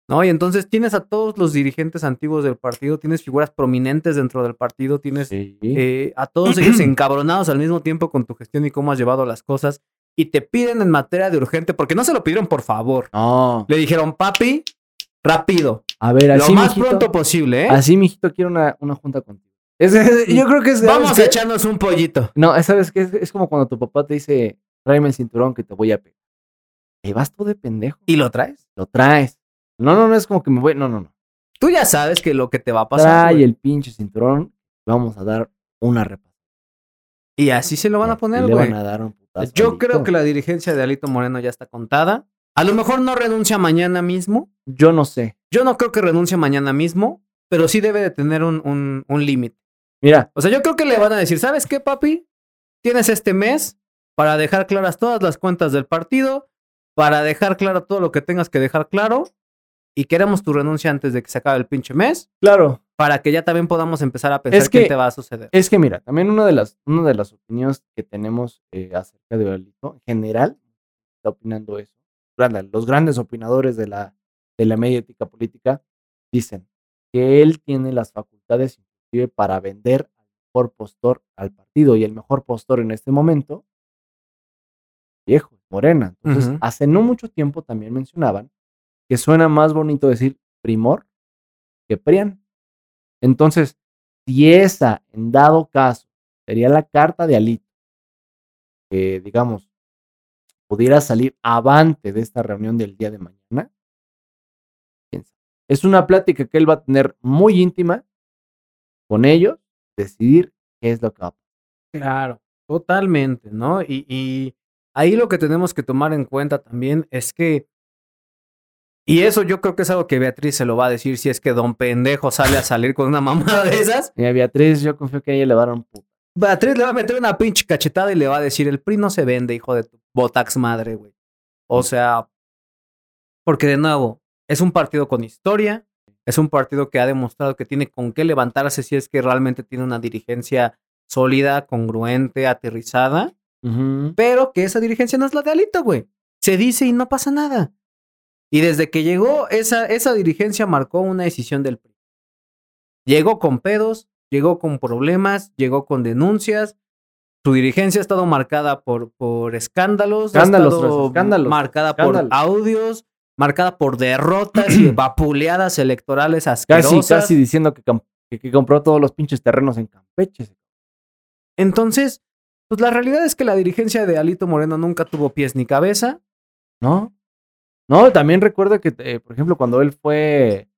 S3: ¿No? Y entonces tienes a todos los dirigentes antiguos del partido, tienes figuras prominentes dentro del partido, tienes
S4: Sí.
S3: eh, a todos
S4: (clears throat)
S3: ellos encabronados al mismo tiempo con tu gestión y cómo has llevado las cosas. Y te piden en materia de urgente, porque no se lo pidieron por favor.
S4: No.
S3: Le dijeron, papi, rápido,
S4: A ver,
S3: lo
S4: así,
S3: más
S4: mijito,
S3: pronto posible, ¿eh?
S4: así, mijito, quiero una, una junta contigo. Es- es- yo creo que es...
S3: Vamos
S4: ¿sabes
S3: a
S4: qué?
S3: echarnos un pollito.
S4: No, ¿sabes qué? Es, es como cuando tu papá te dice, tráeme el cinturón que te voy a pegar. Te vas tú de pendejo.
S3: ¿Y lo traes?
S4: Lo traes. No, no, no es como que me voy... No, no, no.
S3: Tú ya sabes que lo que te va a pasar.
S4: Trae
S3: güey.
S4: el pinche cinturón. Vamos a dar una repasada.
S3: Y así se lo van a poner,
S4: Le
S3: güey.
S4: van a dar un putazo.
S3: Yo
S4: al
S3: creo
S4: dictador.
S3: que la dirigencia de Alito Moreno ya está contada. A lo mejor no renuncia mañana mismo.
S4: Yo no sé.
S3: Yo no creo que renuncie mañana mismo, pero sí debe de tener un, un, un límite.
S4: Mira,
S3: O sea, yo creo que le van a decir, ¿sabes qué, papi? Tienes este mes para dejar claras todas las cuentas del partido, para dejar claro todo lo que tengas que dejar claro, y queremos tu renuncia antes de que se acabe el pinche mes,
S4: claro. para
S3: para que ya también podamos empezar a pensar
S4: Es
S3: qué
S4: que-
S3: te va a suceder.
S4: Es que mira, también una de las, una de las opiniones que tenemos eh, acerca de Alito, en general, está opinando eso. Granda- Los grandes opinadores de la, de la media ética política dicen que él tiene las facultades inclusive para vender al mejor postor al partido y el mejor postor en este momento, viejo, es Morena. Entonces,
S3: Ujú.
S4: hace no mucho tiempo también mencionaban que suena más bonito decir primor que prian. Entonces, si esa, en dado caso, sería la carta de Alito, que digamos, pudiera salir avante de esta reunión del día de mañana? Quién sabe. Es una plática que él va a tener muy íntima con ellos, decidir qué es lo que va a pasar.
S3: Claro, totalmente, ¿no? Y, y ahí lo que tenemos que tomar en cuenta también es que, y eso yo creo que es algo que Beatriz se lo va a decir si es que don pendejo sale a salir con una mamada de esas,
S4: Mira, Beatriz, yo confío que a ella le va a dar un puto.
S3: Beatriz le va a meter una pinche cachetada y le va a decir, el PRI no se vende, hijo de tu botax madre, güey. O sea, porque de nuevo, es un partido con historia, es un partido que ha demostrado que tiene con qué levantarse si es que realmente tiene una dirigencia sólida, congruente, aterrizada. Pero que esa dirigencia no es la de Alito, güey. Se dice y no pasa nada. Y desde que llegó, esa, esa dirigencia marcó una decisión del PRI. Llegó con pedos, llegó con problemas, llegó con denuncias. Su dirigencia ha estado marcada por, por escándalos, ha
S4: Escándalos
S3: estado
S4: tras escándalos,
S3: marcada
S4: escándalos.
S3: por audios, marcada por derrotas
S4: (clears throat)
S3: y vapuleadas electorales asquerosas.
S4: Casi, casi diciendo que, cam- que- que compró todos los pinches terrenos en Campeche.
S3: Entonces, pues la realidad es que la dirigencia de Alito Moreno nunca tuvo pies ni cabeza.
S4: ¿No? No, también recuerdo que, eh, por ejemplo, cuando él fue,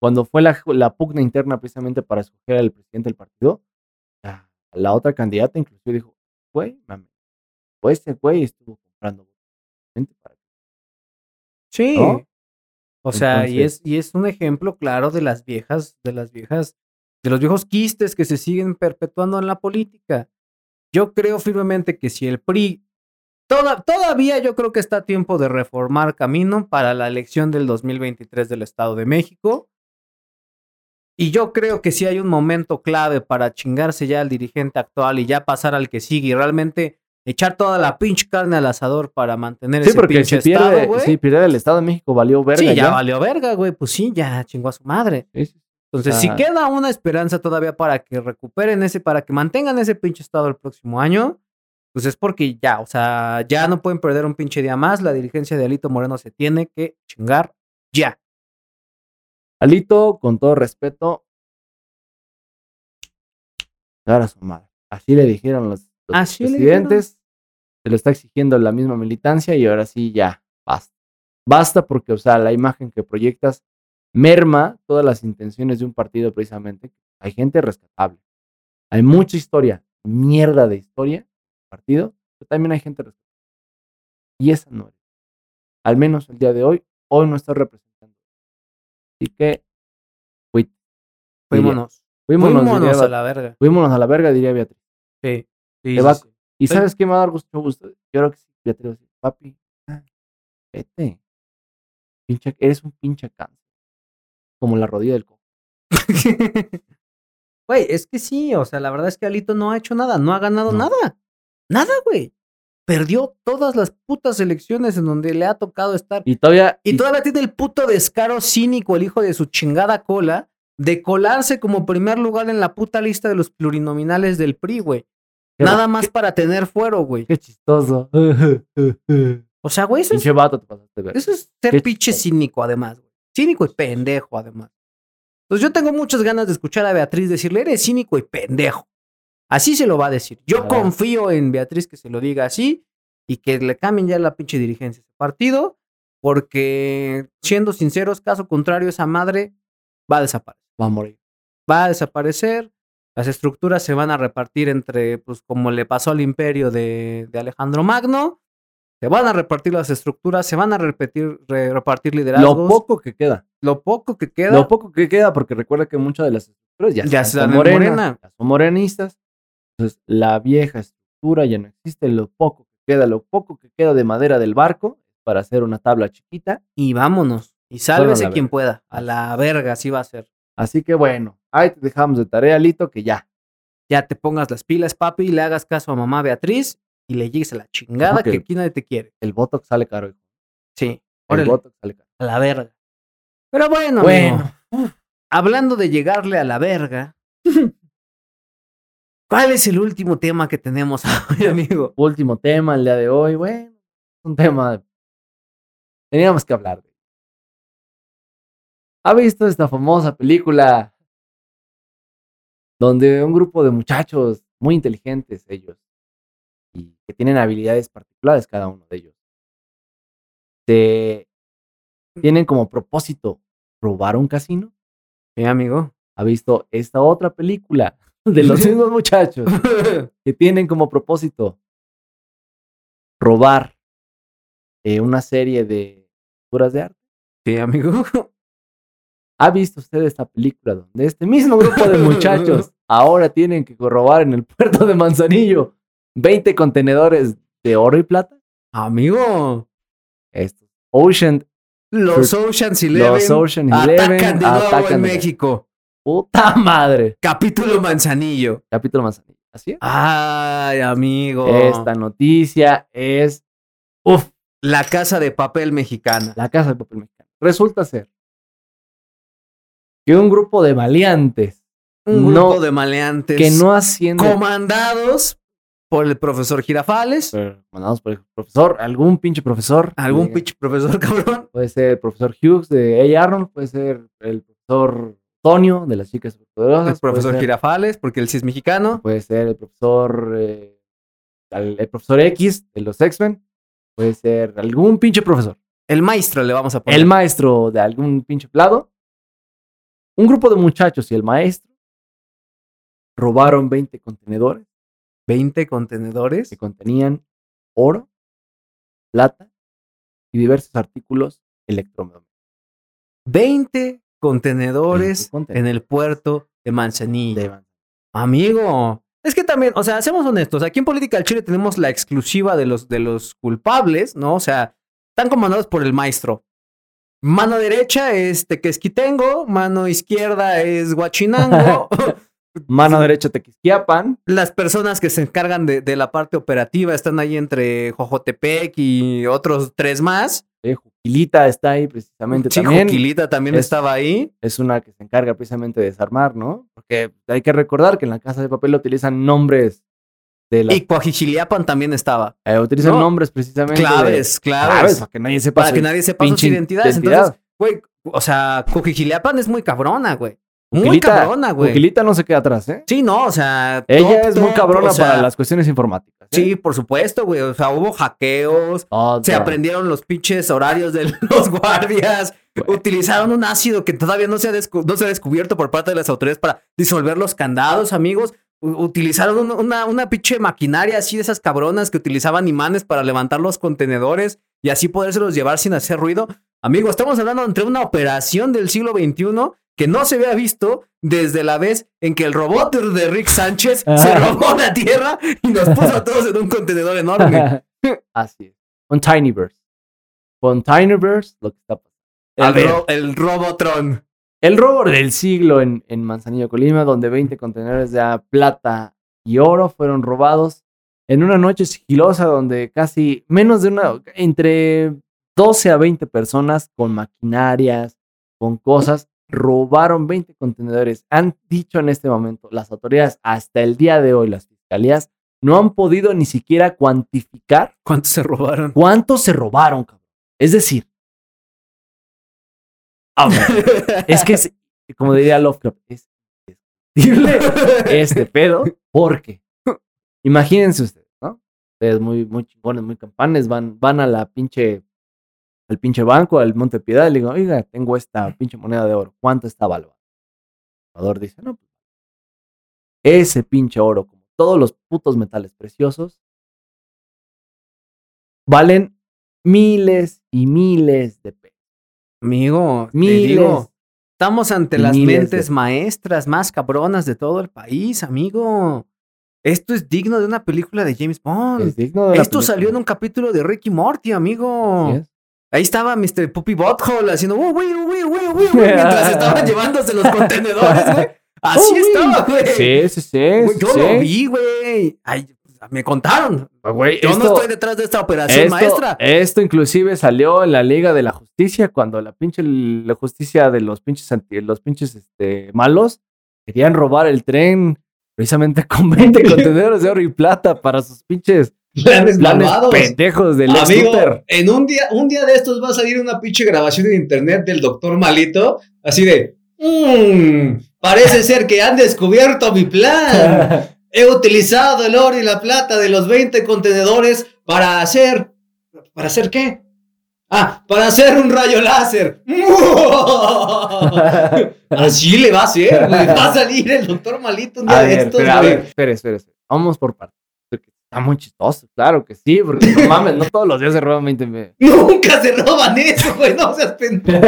S4: cuando fue la, la pugna interna precisamente para escoger al presidente del partido, la, la otra candidata inclusive dijo, güey, mami, pues este güey estuvo comprando votos precisamente para ti".
S3: Sí.
S4: ¿No?
S3: O sea, y es,
S4: Entonces-
S3: y es un ejemplo claro de las viejas, de las viejas, de los viejos quistes que se siguen perpetuando en la política. Yo creo firmemente que si el PRI, toda- todavía yo creo que está a tiempo de reformar camino para la elección del 2023 del Estado de México. Y yo creo que si hay un momento clave para chingarse ya al dirigente actual y ya pasar al que sigue y realmente echar toda la pinche carne al asador para mantener
S4: Sí,
S3: ese
S4: porque si
S3: pinche
S4: pierde,
S3: estado, güey.
S4: eh, sí, pierde el Estado de México, valió verga
S3: Sí, ya,
S4: ya.
S3: valió verga, güey. Pues sí, ya chingó a su madre.
S4: Sí, sí.
S3: Entonces,
S4: O
S3: si
S4: sea-
S3: queda una esperanza todavía para que recuperen ese, para que mantengan ese pinche estado el próximo año, pues es porque ya, o sea, ya no pueden perder un pinche día más. La dirigencia de Alito Moreno se tiene que chingar ya.
S4: Alito, con todo respeto, dar a su madre. Así le dijeron los, los
S3: Así le
S4: presidentes. Se lo está exigiendo la misma militancia y ahora sí ya, basta. Basta porque, o sea, la imagen que proyectas merma todas las intenciones de un partido precisamente. Hay gente rescatable. Hay mucha historia, mierda de historia, partido, pero también hay gente rescatable. Y esa no es. Al menos el día de hoy, hoy no está representando. Así que, fui-
S3: Fuímonos.
S4: Fuímonos,
S3: Fuímonos,
S4: diría
S3: a
S4: Bat-
S3: la verga.
S4: fuímonos a la verga, diría Beatriz.
S3: Sí. sí,
S4: Te va-
S3: sí, sí.
S4: ¿Y
S3: Sí.
S4: sabes qué me va a dar mucho gusto? Yo creo que sí, Beatriz va a decir, papi, ah, vete. Pinche, eres un pinche cáncer. Como la rodilla del cojo.
S3: (laughs) Güey, es que sí, o sea, la verdad es que Alito no ha hecho nada, no ha ganado
S4: No.
S3: nada. Nada, güey. Perdió todas las putas elecciones en donde le ha tocado estar.
S4: Y todavía.
S3: Y todavía tiene el puto descaro cínico, el hijo de su chingada cola, de colarse como primer lugar en la puta lista de los plurinominales del PRI, güey.
S4: qué-
S3: Nada más para tener fuero, güey.
S4: Qué
S3: (laughs)
S4: chistoso.
S3: O sea, güey, eso es,
S4: Pinche vato te pasaste de ver.
S3: eso es ser
S4: qué
S3: pinche
S4: chistoso.
S3: cínico, además, güey. Cínico y pendejo, además. Entonces yo tengo muchas ganas de escuchar a Beatriz decirle, eres cínico y pendejo. Así se lo va a decir. Yo
S4: Claro.
S3: confío en Beatriz que se lo diga así y que le cambien ya la pinche dirigencia a ese partido, porque siendo sinceros, caso contrario, esa madre va a desaparecer.
S4: Va a morir.
S3: Va a desaparecer, las estructuras se van a repartir entre, pues como le pasó al imperio de, de Alejandro Magno, se van a repartir las estructuras, se van a repetir, re- repartir liderazgos.
S4: Lo poco que queda.
S3: lo poco que queda.
S4: Lo poco que queda, porque recuerda que muchas de las estructuras ya,
S3: Ya
S4: están
S3: están en
S4: morenas,
S3: Morena.
S4: ya son morenistas. Entonces, la vieja estructura ya no existe. Lo poco que queda, lo poco que queda de madera del barco para hacer una tabla chiquita.
S3: y vámonos. Y
S4: Fueron a
S3: sálvese
S4: la
S3: quien
S4: verga.
S3: pueda. A la verga, así va a ser.
S4: Así que bueno, ahí te dejamos de tarea, Lito, que ya.
S3: Ya te pongas las pilas, papi, y le hagas caso a mamá Beatriz y le llegues a la chingada
S4: Ok.
S3: que aquí nadie te quiere.
S4: El botox sale caro. hijo.
S3: Sí.
S4: El
S3: Órale.
S4: botox sale caro.
S3: A la verga. Pero bueno,
S4: Bueno.
S3: amigo, hablando de llegarle a la verga, (laughs) ¿cuál es el último tema que tenemos (laughs) hoy, amigo?
S4: Último tema el día de hoy. Bueno, un tema. Teníamos que hablar de. ¿Ha visto esta famosa película? Donde un grupo de muchachos muy inteligentes, ellos, y que tienen habilidades particulares cada uno de ellos, este, tienen como propósito robar un casino.
S3: Eh, amigo.
S4: Ha visto esta otra película (laughs) de
S3: (laughs)
S4: los mismos muchachos que tienen como propósito robar eh, una serie de obras de arte.
S3: Sí, amigo.
S4: ¿Ha visto usted esta película donde este mismo grupo de muchachos ahora tienen que robar en el puerto de Manzanillo 20 contenedores de oro y plata?
S3: Amigo.
S4: Estos Ocean,
S3: Los Ocean's Eleven.
S4: los Ocean
S3: Atacan
S4: Eleven
S3: de nuevo en
S4: atacan de-
S3: México.
S4: ¡Puta madre!
S3: Capítulo Manzanillo.
S4: Capítulo Manzanillo. ¿Así es?
S3: Ay, amigo.
S4: Esta noticia es uf,
S3: La casa de papel mexicana.
S4: la casa del papel mexicano. Resulta ser que un grupo de maleantes
S3: Un
S4: No.
S3: grupo de maleantes
S4: que no haciendo
S3: comandados por el profesor Girafales.
S4: Pero, eh, mandados por el profesor, algún pinche profesor.
S3: Algún
S4: Eh,
S3: pinche profesor (laughs) cabrón.
S4: Puede ser el profesor Hughes de A. Arnold, puede ser el profesor Tonio de las chicas superpoderosas.
S3: El profesor
S4: puede ser-
S3: Girafales, porque él sí es mexicano.
S4: Puede ser el profesor. eh, al- el profesor X de los X-Men. Puede ser algún pinche profesor.
S3: El maestro le vamos a poner.
S4: El maestro de algún pinche lado. Un grupo de muchachos y el maestro robaron 20 contenedores
S3: 20 contenedores.
S4: que contenían oro, plata y diversos artículos electrodomésticos.
S3: 20 contenedores
S4: 20 contenedores.
S3: en el puerto de Manzanillo.
S4: de Van-
S3: Amigo. Es que también, o sea, seamos honestos, aquí en Política al Chile tenemos la exclusiva de los, de los culpables, ¿no? O sea, están comandados por el maestro. Mano derecha es Tequesquitengo, mano izquierda es
S4: (laughs)
S3: Huachinango. (laughs)
S4: Mano derecha Tequisquiapan.
S3: Las personas que se encargan de, de la parte operativa están ahí entre Jojotepec y otros tres más.
S4: eh, Juquilita está ahí precisamente
S3: Sí,
S4: también.
S3: Joquilita también
S4: Es-
S3: estaba ahí.
S4: Es una que se encarga precisamente de desarmar, ¿no? Porque hay que recordar que en la casa de papel utilizan nombres de la,
S3: Y Coajichiliapan también estaba.
S4: eh, utilizan
S3: no,
S4: nombres precisamente de-
S3: Claves, claves.
S4: para que nadie sepa
S3: Para
S4: su
S3: que nadie sepa sus
S4: pinche
S3: identidades. Entonces,
S4: identidad.
S3: güey, o sea, Coquijileapan es muy cabrona, güey. Muy
S4: Juquilita-
S3: cabrona, güey.
S4: Juquilita no se queda atrás, ¿eh?
S3: Sí, no, o sea.
S4: Ella
S3: top,
S4: es muy
S3: top,
S4: cabrona
S3: o sea,
S4: para las cuestiones informáticas. ¿eh?
S3: Sí, por supuesto, güey. O sea, hubo hackeos.
S4: Otra.
S3: Se aprendieron los pinches horarios de (laughs) los guardias.
S4: Güey.
S3: Utilizaron un ácido que todavía no se, ha descu- no se ha descubierto por parte de las autoridades para disolver los candados, amigos. U- utilizaron un- una, una pinche maquinaria así de esas cabronas que utilizaban imanes para levantar los contenedores y así podérselos llevar sin hacer ruido. Amigo, estamos hablando entre una operación del siglo XXI que no se había visto desde la vez en que el robot de Rick Sánchez se robó la tierra y nos puso a todos en un contenedor
S4: (laughs)
S3: enorme.
S4: Así es. Un Tinyverse. Con Tinyverse, lo que está pasando.
S3: El,
S4: A ver.
S3: ro- el Robotron.
S4: El robo del siglo en, en Manzanillo, Colima, donde 20 contenedores de plata y oro fueron robados en una noche sigilosa donde casi menos de una, entre 12 a 20 personas con maquinarias, con cosas, robaron 20 contenedores. Han dicho en este momento las autoridades, hasta el día de hoy las fiscalías, no han podido ni siquiera cuantificar
S3: ¿Cuántos se
S4: (laughs)
S3: robaron?
S4: ¿Cuántos se robaron, cabrón? Es decir, a ver, es que es, como diría Lovecraft, es indescriptible este pedo, porque imagínense ustedes, ¿no? Ustedes muy, muy chingones, muy campanes, van, van a la pinche, al pinche banco, al Monte Piedad, y le digo, oiga, tengo esta pinche moneda de oro, ¿cuánto está valuada? El valor dice, no, pues, ese pinche oro, como todos los putos metales preciosos, valen miles y miles de pesos.
S3: Amigo, te
S4: Miles.
S3: digo, estamos ante
S4: Y
S3: las
S4: miles
S3: mentes
S4: de-
S3: maestras más cabronas de todo el país, amigo. Esto es digno de una película de James Bond.
S4: Es digno de la
S3: Esto
S4: película.
S3: salió en un capítulo de Ricky Morty, amigo.
S4: Así es.
S3: Ahí estaba Mr. Puppy Butthole haciendo "Uh, güey, uh, güey, güey,
S4: (laughs)
S3: güey", güey, mientras estaban llevándose los contenedores, güey. Así
S4: Oh, güey.
S3: estaba, güey.
S4: Sí, sí, sí.
S3: Güey,
S4: sí,
S3: yo
S4: sí.
S3: lo vi, güey. Ay, pues, Me contaron.
S4: Güey,
S3: Yo no
S4: esto-
S3: estoy detrás de esta operación
S4: esto-
S3: maestra.
S4: Esto inclusive salió en la Liga de la Justicia cuando la pinche la justicia de los pinches anti- los pinches este, malos querían robar el tren precisamente (laughs)
S3: (laughs)
S4: con 20 contenedores de oro y plata para sus pinches
S5: Planes
S4: planes
S5: malvados.
S4: pendejos del
S5: Amigo,
S4: scooter.
S3: (laughs)
S5: en un día, un día de estos va a salir una pinche grabación en internet del doctor Malito, así de, "Mm, parece ser que han descubierto mi plan.
S4: (laughs)
S5: He utilizado el oro y la plata de los 20 contenedores para hacer, ¿para hacer qué? Ah, para hacer un rayo láser. (laughs) Así le va a hacer, güey. Va a salir el doctor malito un día
S4: A
S5: de
S4: ver,
S5: estos,
S4: espera, a
S5: güey.
S4: ver, espera, espera, espera. Vamos por partes. porque Está muy chistoso, claro que sí, porque no mames, no todos los días se roban 20 mil.
S5: Nunca se roban eso, güey. No seas pendejo.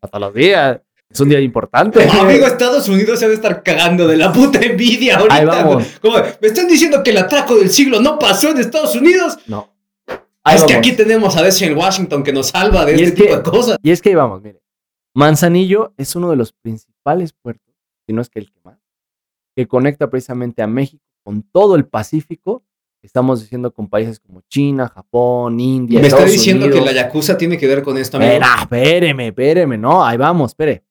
S4: Hasta los días. Es un día importante.
S5: (laughs) Amigo, Estados Unidos se ha de estar cagando de la puta envidia ahorita.
S4: Ahí vamos.
S5: güey. Como, me están diciendo que el atraco del siglo no pasó en Estados Unidos.
S4: No.
S5: es que
S4: vamos.
S5: aquí tenemos a Desi en Washington que nos salva de
S4: Y
S5: este
S4: es
S5: tipo
S4: que-
S5: de cosas.
S4: Y es que ahí vamos, mire. Manzanillo es uno de los principales puertos, si no es que el que más, que conecta precisamente a México con todo el Pacífico. Estamos diciendo con países como China, Japón, India.
S5: Me está
S4: Estados
S5: diciendo
S4: Unidos.
S5: que la Yakuza tiene que ver con esto, amigo.
S4: Espera, espéreme, espéreme, no, ahí vamos, espere.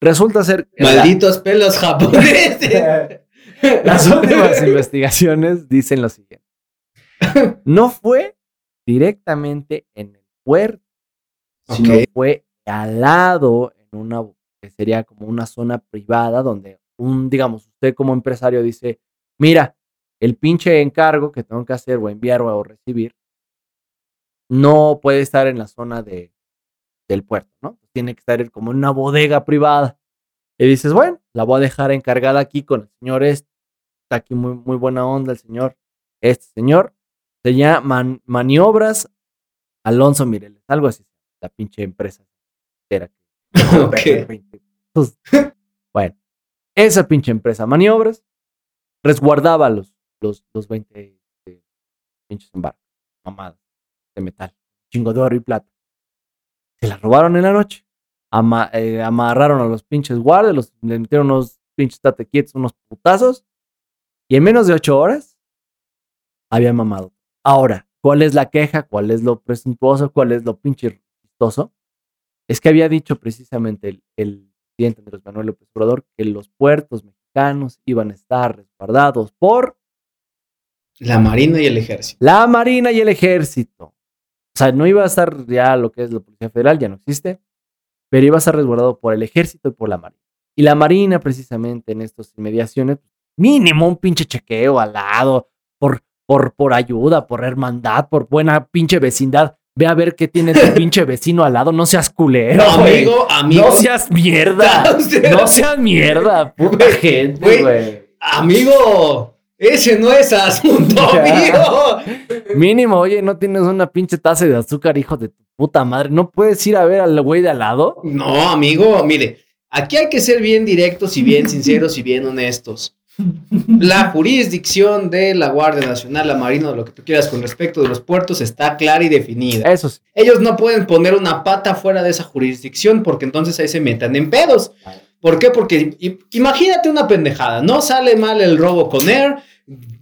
S4: Resulta ser que la-
S5: Malditos pelos japoneses.
S4: (laughs) las últimas investigaciones dicen lo siguiente. No fue directamente en el puerto, sino
S5: Ok.
S4: fue al lado, en una, que sería como una zona privada donde un, digamos, usted como empresario dice, mira, el pinche encargo que tengo que hacer o enviar o recibir no puede estar en la zona de, del puerto, ¿no? Tiene que estar como en una bodega privada. Y dices, bueno, la voy a dejar encargada aquí con el señor este. Está aquí muy, muy buena onda el señor. Este señor se llama Man- Maniobras Alonso Mireles, algo así. La pinche empresa. Era que-
S5: (laughs) Ok.
S4: Pues, (laughs) bueno, esa pinche empresa Maniobras resguardaba los, los, los 20 este, pinches embarques, mamadas de metal, chingo de oro y plata. Se la robaron en la noche. Ama- eh, amarraron a los pinches guardias, los, le metieron unos pinches tatequietos, unos putazos. Y en menos de ocho horas había mamado. Ahora, ¿cuál es la queja? ¿Cuál es lo presuntuoso? ¿Cuál es lo pinche chistoso? Es que había dicho precisamente el, el presidente Andrés Manuel López Obrador que los puertos mexicanos iban a estar resguardados por
S5: La Marina y el Ejército.
S4: la Marina y el Ejército. O sea, no iba a estar ya lo que es la Policía Federal, ya no existe, pero iba a estar resguardado por el Ejército y por la Marina. Y la Marina, precisamente en estas inmediaciones, pues, mínimo un pinche chequeo al lado, por, por, por ayuda, por hermandad, por buena pinche vecindad. Ve a ver qué tiene tu pinche vecino al lado, Eh, no seas culero. güey.
S5: amigo, amigo.
S4: No seas
S5: (laughs)
S4: mierda. No seas mierda, puta gente,
S5: Güey.
S4: güey.
S5: Amigo, ese no es asunto
S4: (laughs)
S5: mío.
S4: Mínimo, oye, no tienes una pinche taza de azúcar, hijo de tu puta madre. ¿No puedes ir a ver al güey de al lado?
S5: No, amigo, mire, aquí hay que ser bien directos y bien sinceros y bien honestos. La jurisdicción de la Guardia Nacional, la Marina, o lo que tú quieras con respecto de los puertos está clara y definida.
S4: Eso sí.
S5: Ellos no pueden poner una pata fuera de esa jurisdicción porque entonces ahí se metan en pedos. ¿Por qué? Porque i- imagínate una pendejada, no sale mal el robo con Air,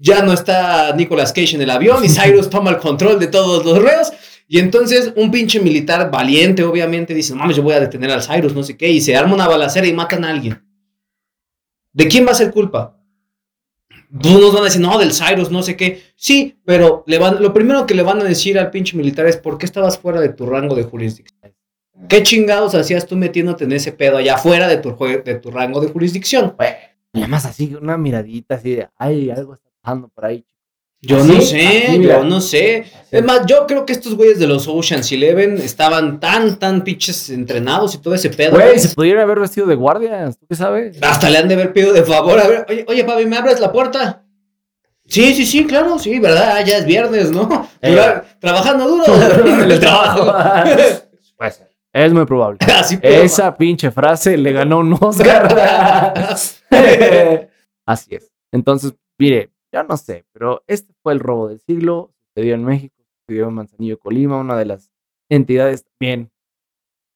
S5: ya no está Nicolas Cage en el avión y Cyrus toma el control de todos los reos y entonces un pinche militar valiente obviamente dice, "No mames, yo voy a detener al Cyrus, no sé qué, y se arma una balacera y matan a alguien. ¿De quién va a ser culpa? Unos van a decir, no, del Cyrus, no sé qué. Sí, pero le van, lo primero que le van a decir al pinche militar es, ¿por qué estabas fuera de tu rango de jurisdicción? ¿Qué chingados hacías tú metiéndote en ese pedo allá fuera de tu, jue- de tu rango de jurisdicción?
S4: Pues Nada más así, una miradita así de, ay, algo está pasando por ahí.
S5: Yo
S4: Así,
S5: no sé,
S4: así, mira.
S5: yo no sé. Es más, yo creo que estos güeyes de los Ocean's Eleven estaban tan, tan pinches entrenados y todo ese pedo.
S4: Güey,
S5: güey.
S4: se pudieron haber vestido de guardias, ¿tú qué
S5: (laughs)
S4: sabes?
S5: Hasta le han de haber pedido de favor. A ver, oye, oye, papi, ¿me abres la puerta? Sí, sí, sí, claro, sí, ¿verdad? Ah, Ya es viernes, ¿no?
S4: Eh.
S5: Dura- Trabajando duro (laughs) en el trabajo. (laughs)
S4: (laughs) Es muy probable.
S5: Así pero- (laughs)
S4: Esa pinche frase le ganó un Oscar. Así es. Entonces, mire, yo no sé, pero este fue el robo del siglo. Sucedió en México, sucedió en Manzanillo, Colima, una de las entidades también.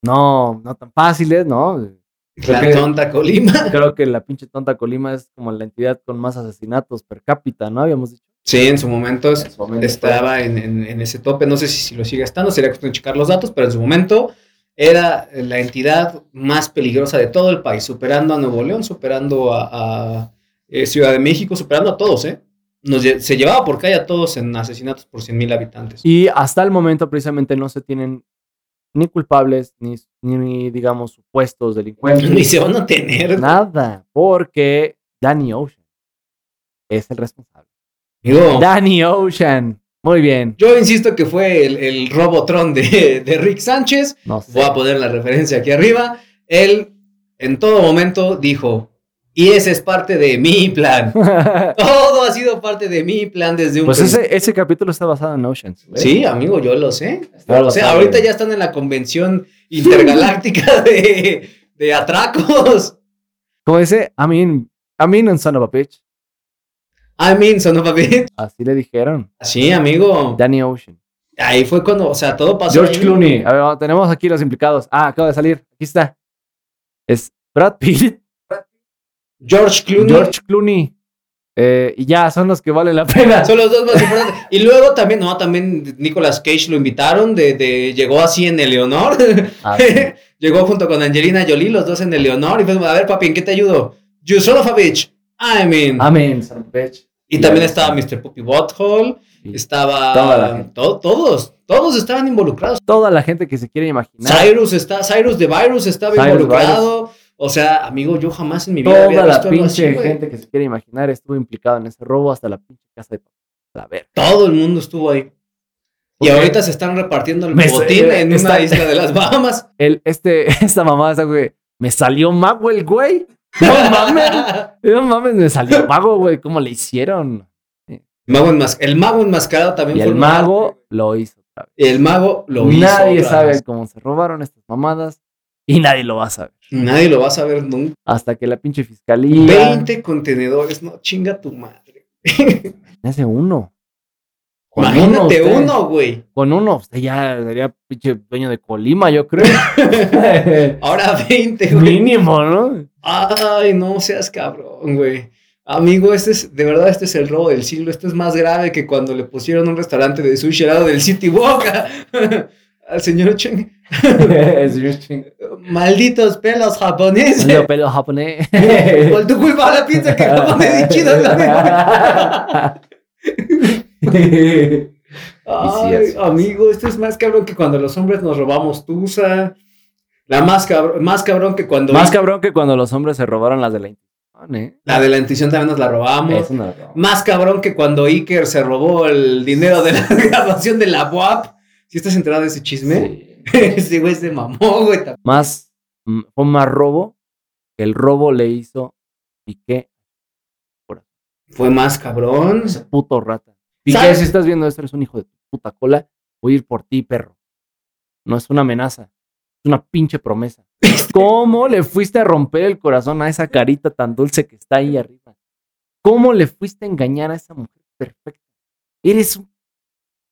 S4: No, no tan fáciles, ¿no?
S5: La tonta Colima.
S4: Creo que la pinche tonta Colima es como la entidad con más asesinatos per cápita, ¿no? Habíamos dicho.
S5: Sí, en su momento es-
S4: En su momento
S5: estaba en, en- en ese tope. No sé si, si lo sigue estando, sería cuestión de checar los datos, pero en su momento era la entidad más peligrosa de todo el país, superando a Nuevo León, superando a, a, eh, Ciudad de México, superando a todos, ¿eh? Nos lle- se llevaba por calle a todos en asesinatos por 100 mil habitantes.
S4: Y hasta el momento precisamente no se tienen ni culpables, ni, ni digamos, supuestos delincuentes.
S5: (laughs) Ni se van a tener.
S4: Nada, porque (laughs) Danny Ocean es el responsable.
S5: Digo,
S4: Danny Ocean Muy bien.
S5: Yo insisto que fue el, el Robotron de, de Rick Sánchez.
S4: No sé.
S5: Voy a poner la referencia aquí arriba. Él en todo momento dijo, y ese es parte de mi
S4: (laughs)
S5: plan. todo ha sido parte de mi plan desde un
S4: Pues
S5: principio.
S4: ese, ese capítulo está basado en Oceans. güey.
S5: Sí, amigo, yo lo sé.
S4: Ya lo
S5: O sea,
S4: saben.
S5: ahorita ya están en la convención intergaláctica (laughs) de, de atracos.
S4: Como dice, I mean, I mean, and son of a bitch.
S5: I mean, son of a bitch.
S4: Así le dijeron.
S5: Sí, amigo.
S4: Danny Ocean.
S5: Ahí fue cuando, o sea, todo pasó.
S4: George
S5: ahí.
S4: Clooney. A ver, vamos, tenemos aquí los implicados. Ah, acaba de salir. Aquí está. Es Brad Pitt,
S5: George Clooney.
S4: George Clooney. Eh, y ya, son los que valen la
S5: (laughs)
S4: pena.
S5: (laughs) Son los dos más importantes. Y luego también, no, también Nicolas Cage lo invitaron, de, de- llegó así en Eleonor. (laughs)
S4: Ah, sí.
S5: llegó junto con Angelina Jolie, los dos en Eleonor. Y fue como, a ver, papi, ¿en qué te ayudo? You son of a bitch. I mean.
S4: Amén, son of a bitch.
S5: Y también estaba Mr. Poppy Butthole, estaba...
S4: Toda la gente.
S5: to- todos, todos estaban involucrados.
S4: Toda la gente que se quiere imaginar.
S5: Cyrus está, Cyrus de Virus estaba
S4: Cyrus
S5: involucrado. O sea, amigo, yo jamás en mi vida había
S4: Toda la
S5: visto algo así,
S4: pinche
S5: güey.
S4: gente que se quiere imaginar estuvo implicado en ese robo hasta la pinche casa de papel. A ver.
S5: Todo el mundo estuvo ahí. Y
S4: Ok.
S5: ahorita se están repartiendo el
S4: Me-
S5: botín en
S4: está-
S5: una isla de las Bahamas.
S4: El, este, esta mamada esa, güey. Me salió mago el güey. (laughs) No mames. No mames, me salió mago, güey. ¿Cómo le hicieron?
S5: (laughs) Mago enmas- el mago enmascarado también
S4: Y
S5: fue
S4: el
S5: una-
S4: mago lo hizo. otra vez.
S5: El mago lo hizo.
S4: nadie
S5: otra
S4: sabe
S5: vez.
S4: cómo se robaron estas mamadas. Y nadie lo va a saber.
S5: Nadie lo va a saber nunca.
S4: Hasta que la pinche fiscalía.
S5: 20 contenedores, no, chinga tu madre.
S4: Hace uno. Con uno,
S5: Imagínate
S4: usted-
S5: uno, güey.
S4: Con uno, usted ya sería pinche dueño de Colima, yo
S5: (laughs)
S4: creo.
S5: Ahora 20, güey.
S4: Mínimo,
S5: (laughs)
S4: ¿no?
S5: Ay, no seas cabrón, güey. Amigo, este es, de verdad, este es el robo del siglo. Esto es más grave que cuando le pusieron un restaurante de sushi al lado del City Walk (laughs) a- al señor Cheng.
S4: Es un chingo.
S5: Malditos pelos japoneses.
S4: Los pelos
S5: (laughs)
S4: japonés.
S5: Por tu culpa ahora piensa que japonés y chino es la misma. Ay,
S4: así es.
S5: amigo, esto es más cabrón que cuando los hombres nos robamos Tusa. La más cabrón, más cabrón que
S4: (laughs)
S5: cuando
S4: Más cabrón que cuando los hombres se robaron las de la institución, ¿eh?
S5: la de la intuición también nos la robamos.
S4: Eso no lo robamos.
S5: Más cabrón que cuando Iker se robó el dinero de la (laughs) graduación de la UAP. Si estás enterado de ese chisme,
S4: Sí.
S5: (laughs) ese güey se mamó, güey. tam-
S4: Más, mm, fue más robo que el robo le hizo Piqué,
S5: Fue más cabrón.
S4: ese puto rata. Piqué,
S5: ¿Sabes?
S4: si estás viendo esto, eres un hijo de tu puta cola. Voy a ir por ti, perro. No es una amenaza, es una pinche promesa. ¿Cómo le fuiste a romper el corazón a esa carita tan dulce que está ahí arriba? ¿Cómo le fuiste a engañar a esa mujer perfecta? Eres un...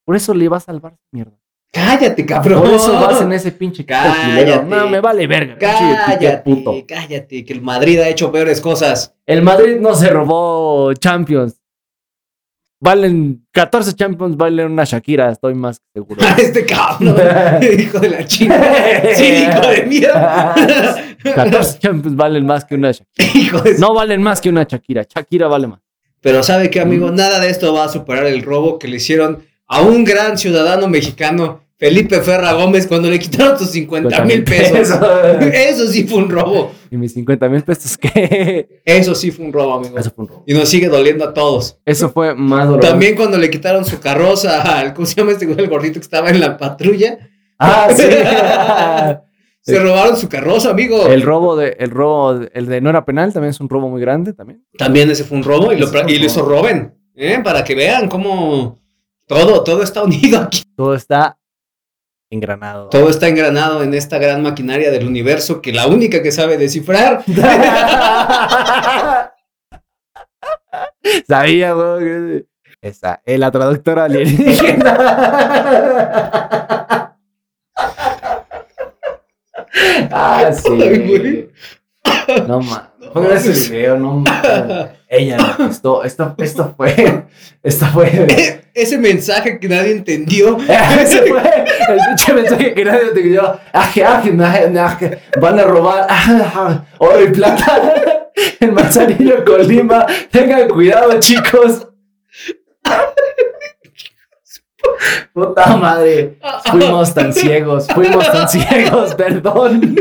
S4: Por eso le vas a salvar su mierda.
S5: Cállate, cabrón.
S4: Por eso vas en ese pinche equipo
S5: Cállate.
S4: culero. No, me vale verga. pinche Piqué
S5: Cállate,
S4: puto.
S5: cállate, que el Madrid ha hecho peores cosas.
S4: El Madrid no se robó Champions. Valen 14 Champions, valen una Shakira, estoy más que
S5: (laughs)
S4: seguro. (laughs)
S5: este cabrón, hijo de la chica, cínico de mierda.
S4: (laughs)
S5: (laughs)
S4: 14 Champions valen más que una Shakira.
S5: hijo de
S4: No valen más que una Shakira. Shakira vale más.
S5: Pero sabe que, amigo, nada de esto va a superar el robo que le hicieron a un gran ciudadano mexicano, Felipe Ferra Gómez, cuando le quitaron sus 50 mil pesos. (laughs) Eso sí fue un robo.
S4: ¿Y mis 50 mil pesos qué?
S5: Eso sí fue un robo, amigo.
S4: Eso fue un robo.
S5: Y nos sigue doliendo a todos.
S4: Eso fue más doloroso.
S5: También cuando le quitaron su carroza al, ¿cómo se llama este güey? El gordito que estaba en la patrulla?
S4: Ah,
S5: (laughs)
S4: sí.
S5: Se robaron su carroza, amigo.
S4: El robo de, el robo, de- el de no era penal también es un robo muy grande también.
S5: También ese fue un robo y lo,
S4: Ese fue un
S5: y lo hizo
S4: robo.
S5: Robin, ¿eh? Para que vean cómo todo, todo está unido aquí.
S4: Todo está engranado.
S5: Todo está engranado en esta gran maquinaria del universo que la única que sabe descifrar. (laughs)
S4: (laughs) Sabía, güey. Esa, eh, la traductora alienígena. ah,
S5: Ay, güey.
S4: sí. No mames. Pongan ese video, no mames. Ella lo prestó. Esto, esto fue. Esto fue.
S5: Ese mensaje que nadie entendió.
S4: (laughs) Ese fue el pinche mensaje que nadie te dio. Aje, aje, naje, naje. Van a robar (laughs) aje, aje, oro y plata (laughs) en Manzanillo, Colima. Tengan cuidado, chicos. Puta madre. Fuimos tan ciegos. Fuimos tan ciegos, perdón.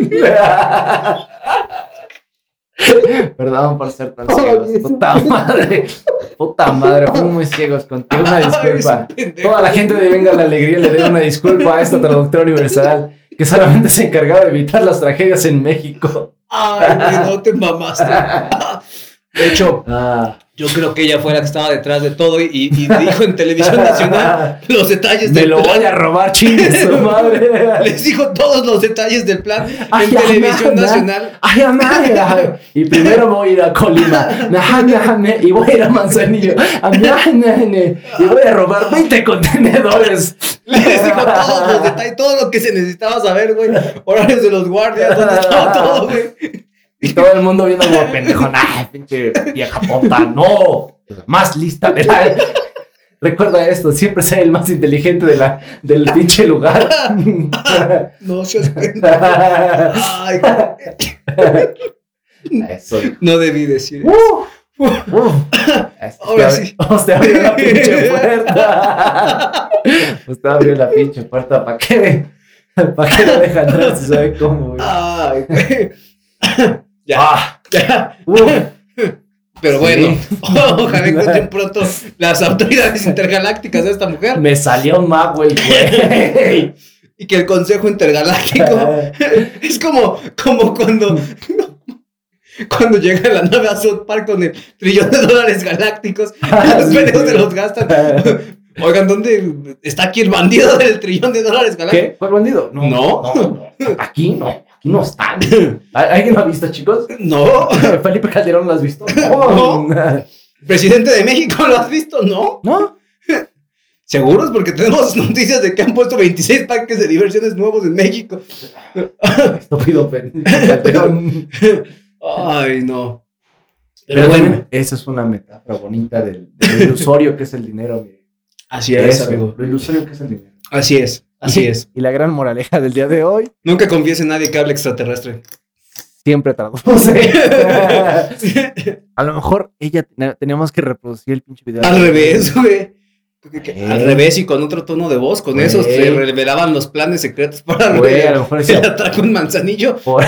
S4: Perdón por ser tan ciegos. Puta madre. Puta madre. Fuimos muy ciegos contigo.
S5: (laughs)
S4: Una disculpa. Toda la gente de Venga la Alegría le debe una disculpa a esta traductora universal que solamente se encargaba de evitar las tragedias en México.
S5: Ay, güey, no te mamaste. De hecho,
S4: Ah,
S5: yo creo que ella fue la que estaba detrás de todo y, y dijo en televisión nacional los detalles
S4: me
S5: del
S4: lo
S5: este plan.
S4: voy a robar, chingue
S5: (laughs)
S4: su madre.
S5: Les dijo todos los detalles del plan
S4: Ay,
S5: en televisión
S4: amada.
S5: nacional.
S4: Ay, amada. Y primero me voy a ir a Colima. Nah, nah, nah. Y voy a ir a Manzanillo. (laughs) Ah, nah, nah, nah. Y voy a robar 20 contenedores.
S5: (laughs) Les dijo todos los detalles, todo lo que se necesitaba saber, güey. Horarios de los guardias, dónde estaba todo, güey.
S4: Y todo el mundo viendo como pendejo, nah, pinche vieja puta, no, más lista de la... Recuerda esto, siempre sea el más inteligente de la, del pinche lugar. (laughs)
S5: No seas pendejo.
S4: Eso.
S5: Ay, güey. no debí decir. eso.
S4: Uh, uh.
S5: Ahora sí.
S4: (laughs) Usted abrió la
S5: (laughs)
S4: pinche puerta. (laughs) Usted abrió la pinche puerta, ¿para qué? (laughs) ¿Para qué lo deja entrar si sabe cómo? güey?
S5: Ay, güey. Ya,
S4: Ah,
S5: ya.
S4: uh. (laughs)
S5: Pero bueno, (laughs)
S4: Sí.
S5: ojalá encuentren pronto las autoridades intergalácticas de esta
S4: (laughs)
S5: mujer
S4: Me salió un Magwell,
S5: (laughs)
S4: güey.
S5: y que el Consejo Intergaláctico (laughs) es como, como cuando, (laughs) cuando llega la nave a South Park con el trillón de dólares galácticos,
S4: (laughs) Ah,
S5: los
S4: sí.
S5: medios se
S4: (laughs)
S5: los gastan. Oigan, ¿dónde está aquí el bandido del trillón de dólares galácticos?
S4: ¿Qué? ¿Fue el bandido?
S5: No.
S4: no. Aquí no. Aquí no están. ¿Al- ¿Alguien lo ha visto, chicos? (laughs)
S5: No,
S4: Felipe Calderón lo has visto.
S5: (laughs) No. presidente de México, ¿lo has visto? No.
S4: ¿No?
S5: ¿Seguros? Porque tenemos (laughs) noticias de que han puesto 26 parques de diversiones nuevos en México.
S4: Estúpido
S5: (laughs)
S4: Felipe Calderón.
S5: Ay, no.
S4: Pero bueno, esa es una metáfora bonita del, del ilusorio que es el dinero. mi-
S5: Así es,
S4: Eso,
S5: amigo.
S4: Lo ilusorio que es el dinero.
S5: Así es, así
S4: Y-
S5: es.
S4: Y la gran moraleja del día de hoy,
S5: Nunca confíes en nadie que hable extraterrestre.
S4: siempre (laughs) traduce. (laughs) A lo mejor ella ten- teníamos que reproducir el pinche video.
S5: Al revés, (laughs) güey.
S4: Eh.
S5: Al revés y con otro tono de voz. Con eso
S4: Güey.
S5: se revelaban los planes secretos para
S4: Güey, a lo mejor
S5: (laughs) Se
S4: decía,
S5: le atracó un manzanillo.
S4: (laughs)
S5: (laughs)
S4: Por,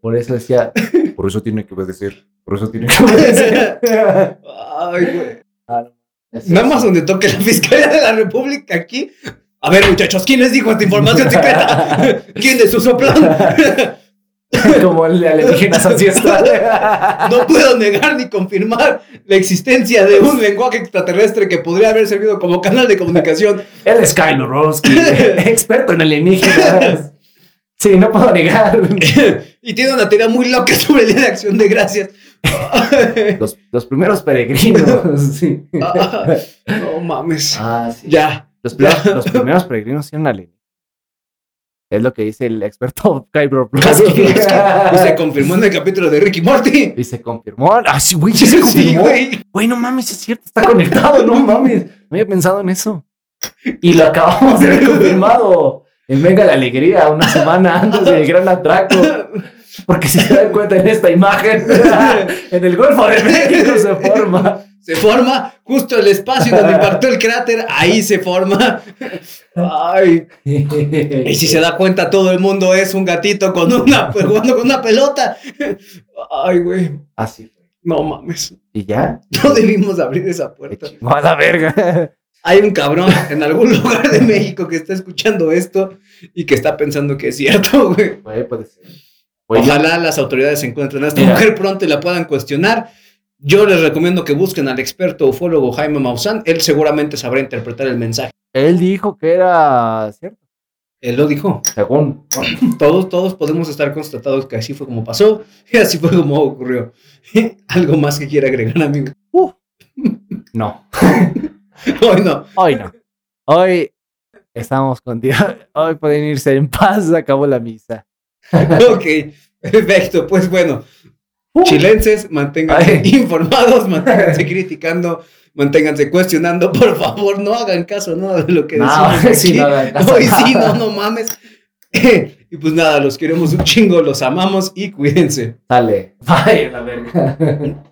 S4: por eso decía, por eso tiene que obedecer, por eso tiene que (laughs) obedecer.
S5: Ay, güey. Nada más donde toque la Fiscalía de la República aquí. A ver, muchachos, ¿quién les dijo esta
S4: (laughs)
S5: información secreta? (laughs) ¿Quién les usó plan?
S4: (laughs) Como el de (laughs) alienígenas
S5: (laughs)
S4: ancestrales.
S5: No puedo negar ni confirmar la existencia de un lenguaje extraterrestre que podría haber servido como canal de comunicación. (laughs)
S4: Él es Kylo (laughs) Rosky, experto en alienígenas. Sí, no puedo negar.
S5: y tiene una teoría muy loca sobre el Día de Acción de Gracias.
S4: Los, los primeros peregrinos, (laughs) sí.
S5: Ah, no mames.
S4: Ah, sí.
S5: Ya.
S4: Los, primeros- los primeros peregrinos eran alienígenas. Es lo que dice el experto (laughs) Kylo
S5: Kasky,
S4: Rosky.
S5: Kasky. Y Pues se confirmó en el capítulo de Ricky Morty.
S4: Y se confirmó. Ah, sí, güey, sí se
S5: Sí,
S4: confirmó.
S5: güey.
S4: Güey, no mames, es cierto, está conectado, no mames. No había pensado en eso. Y lo acabamos de ver confirmado. En Venga la Alegría, una semana antes del gran atraco. Porque si se dan cuenta en esta imagen, (laughs) en el Golfo de México se forma.
S5: Se forma justo el espacio donde impactó el cráter. Ahí se forma. Ay. Y si se da cuenta, todo el mundo es un gatito con una, (laughs) jugando con una pelota. Ay, güey.
S4: (laughs) Así fue.
S5: No mames.
S4: Y ya.
S5: (laughs) No debimos abrir esa
S4: Me
S5: puerta.
S4: chingó a la verga.
S5: Hay un cabrón en algún (laughs) lugar de México que está escuchando esto y que está pensando que es cierto, (laughs) güey.
S4: Güey, puede ser. Güey, ya-
S5: Ojalá las autoridades encuentren a esta
S4: Mira.
S5: mujer pronto y la puedan cuestionar. Yo les recomiendo que busquen al experto ufólogo Jaime Maussan. Él seguramente sabrá interpretar el mensaje.
S4: él dijo que era cierto.
S5: Él lo dijo.
S4: Según.
S5: Todos, todos podemos estar constatados que así fue como pasó y así fue como ocurrió. (laughs) Algo más que quiera agregar, amigo. (laughs)
S4: No.
S5: Hoy no.
S4: Hoy no. Hoy estamos con Dios. (laughs) Hoy pueden irse en paz. se Acabó la misa. (laughs)
S5: Ok, (laughs) perfecto. Pues bueno, chilenses, manténganse
S4: Ay. (laughs)
S5: informados, manténganse criticando, manténganse cuestionando. Por favor, no hagan caso nada de lo que
S4: No, (laughs)
S5: decimos.
S4: hoy sí
S5: aquí.
S4: no hagan caso
S5: Hoy sí,
S4: nada.
S5: no, no mames. (laughs) y pues nada, los queremos un chingo, los amamos y cuídense.
S4: Dale. Bye, la verga.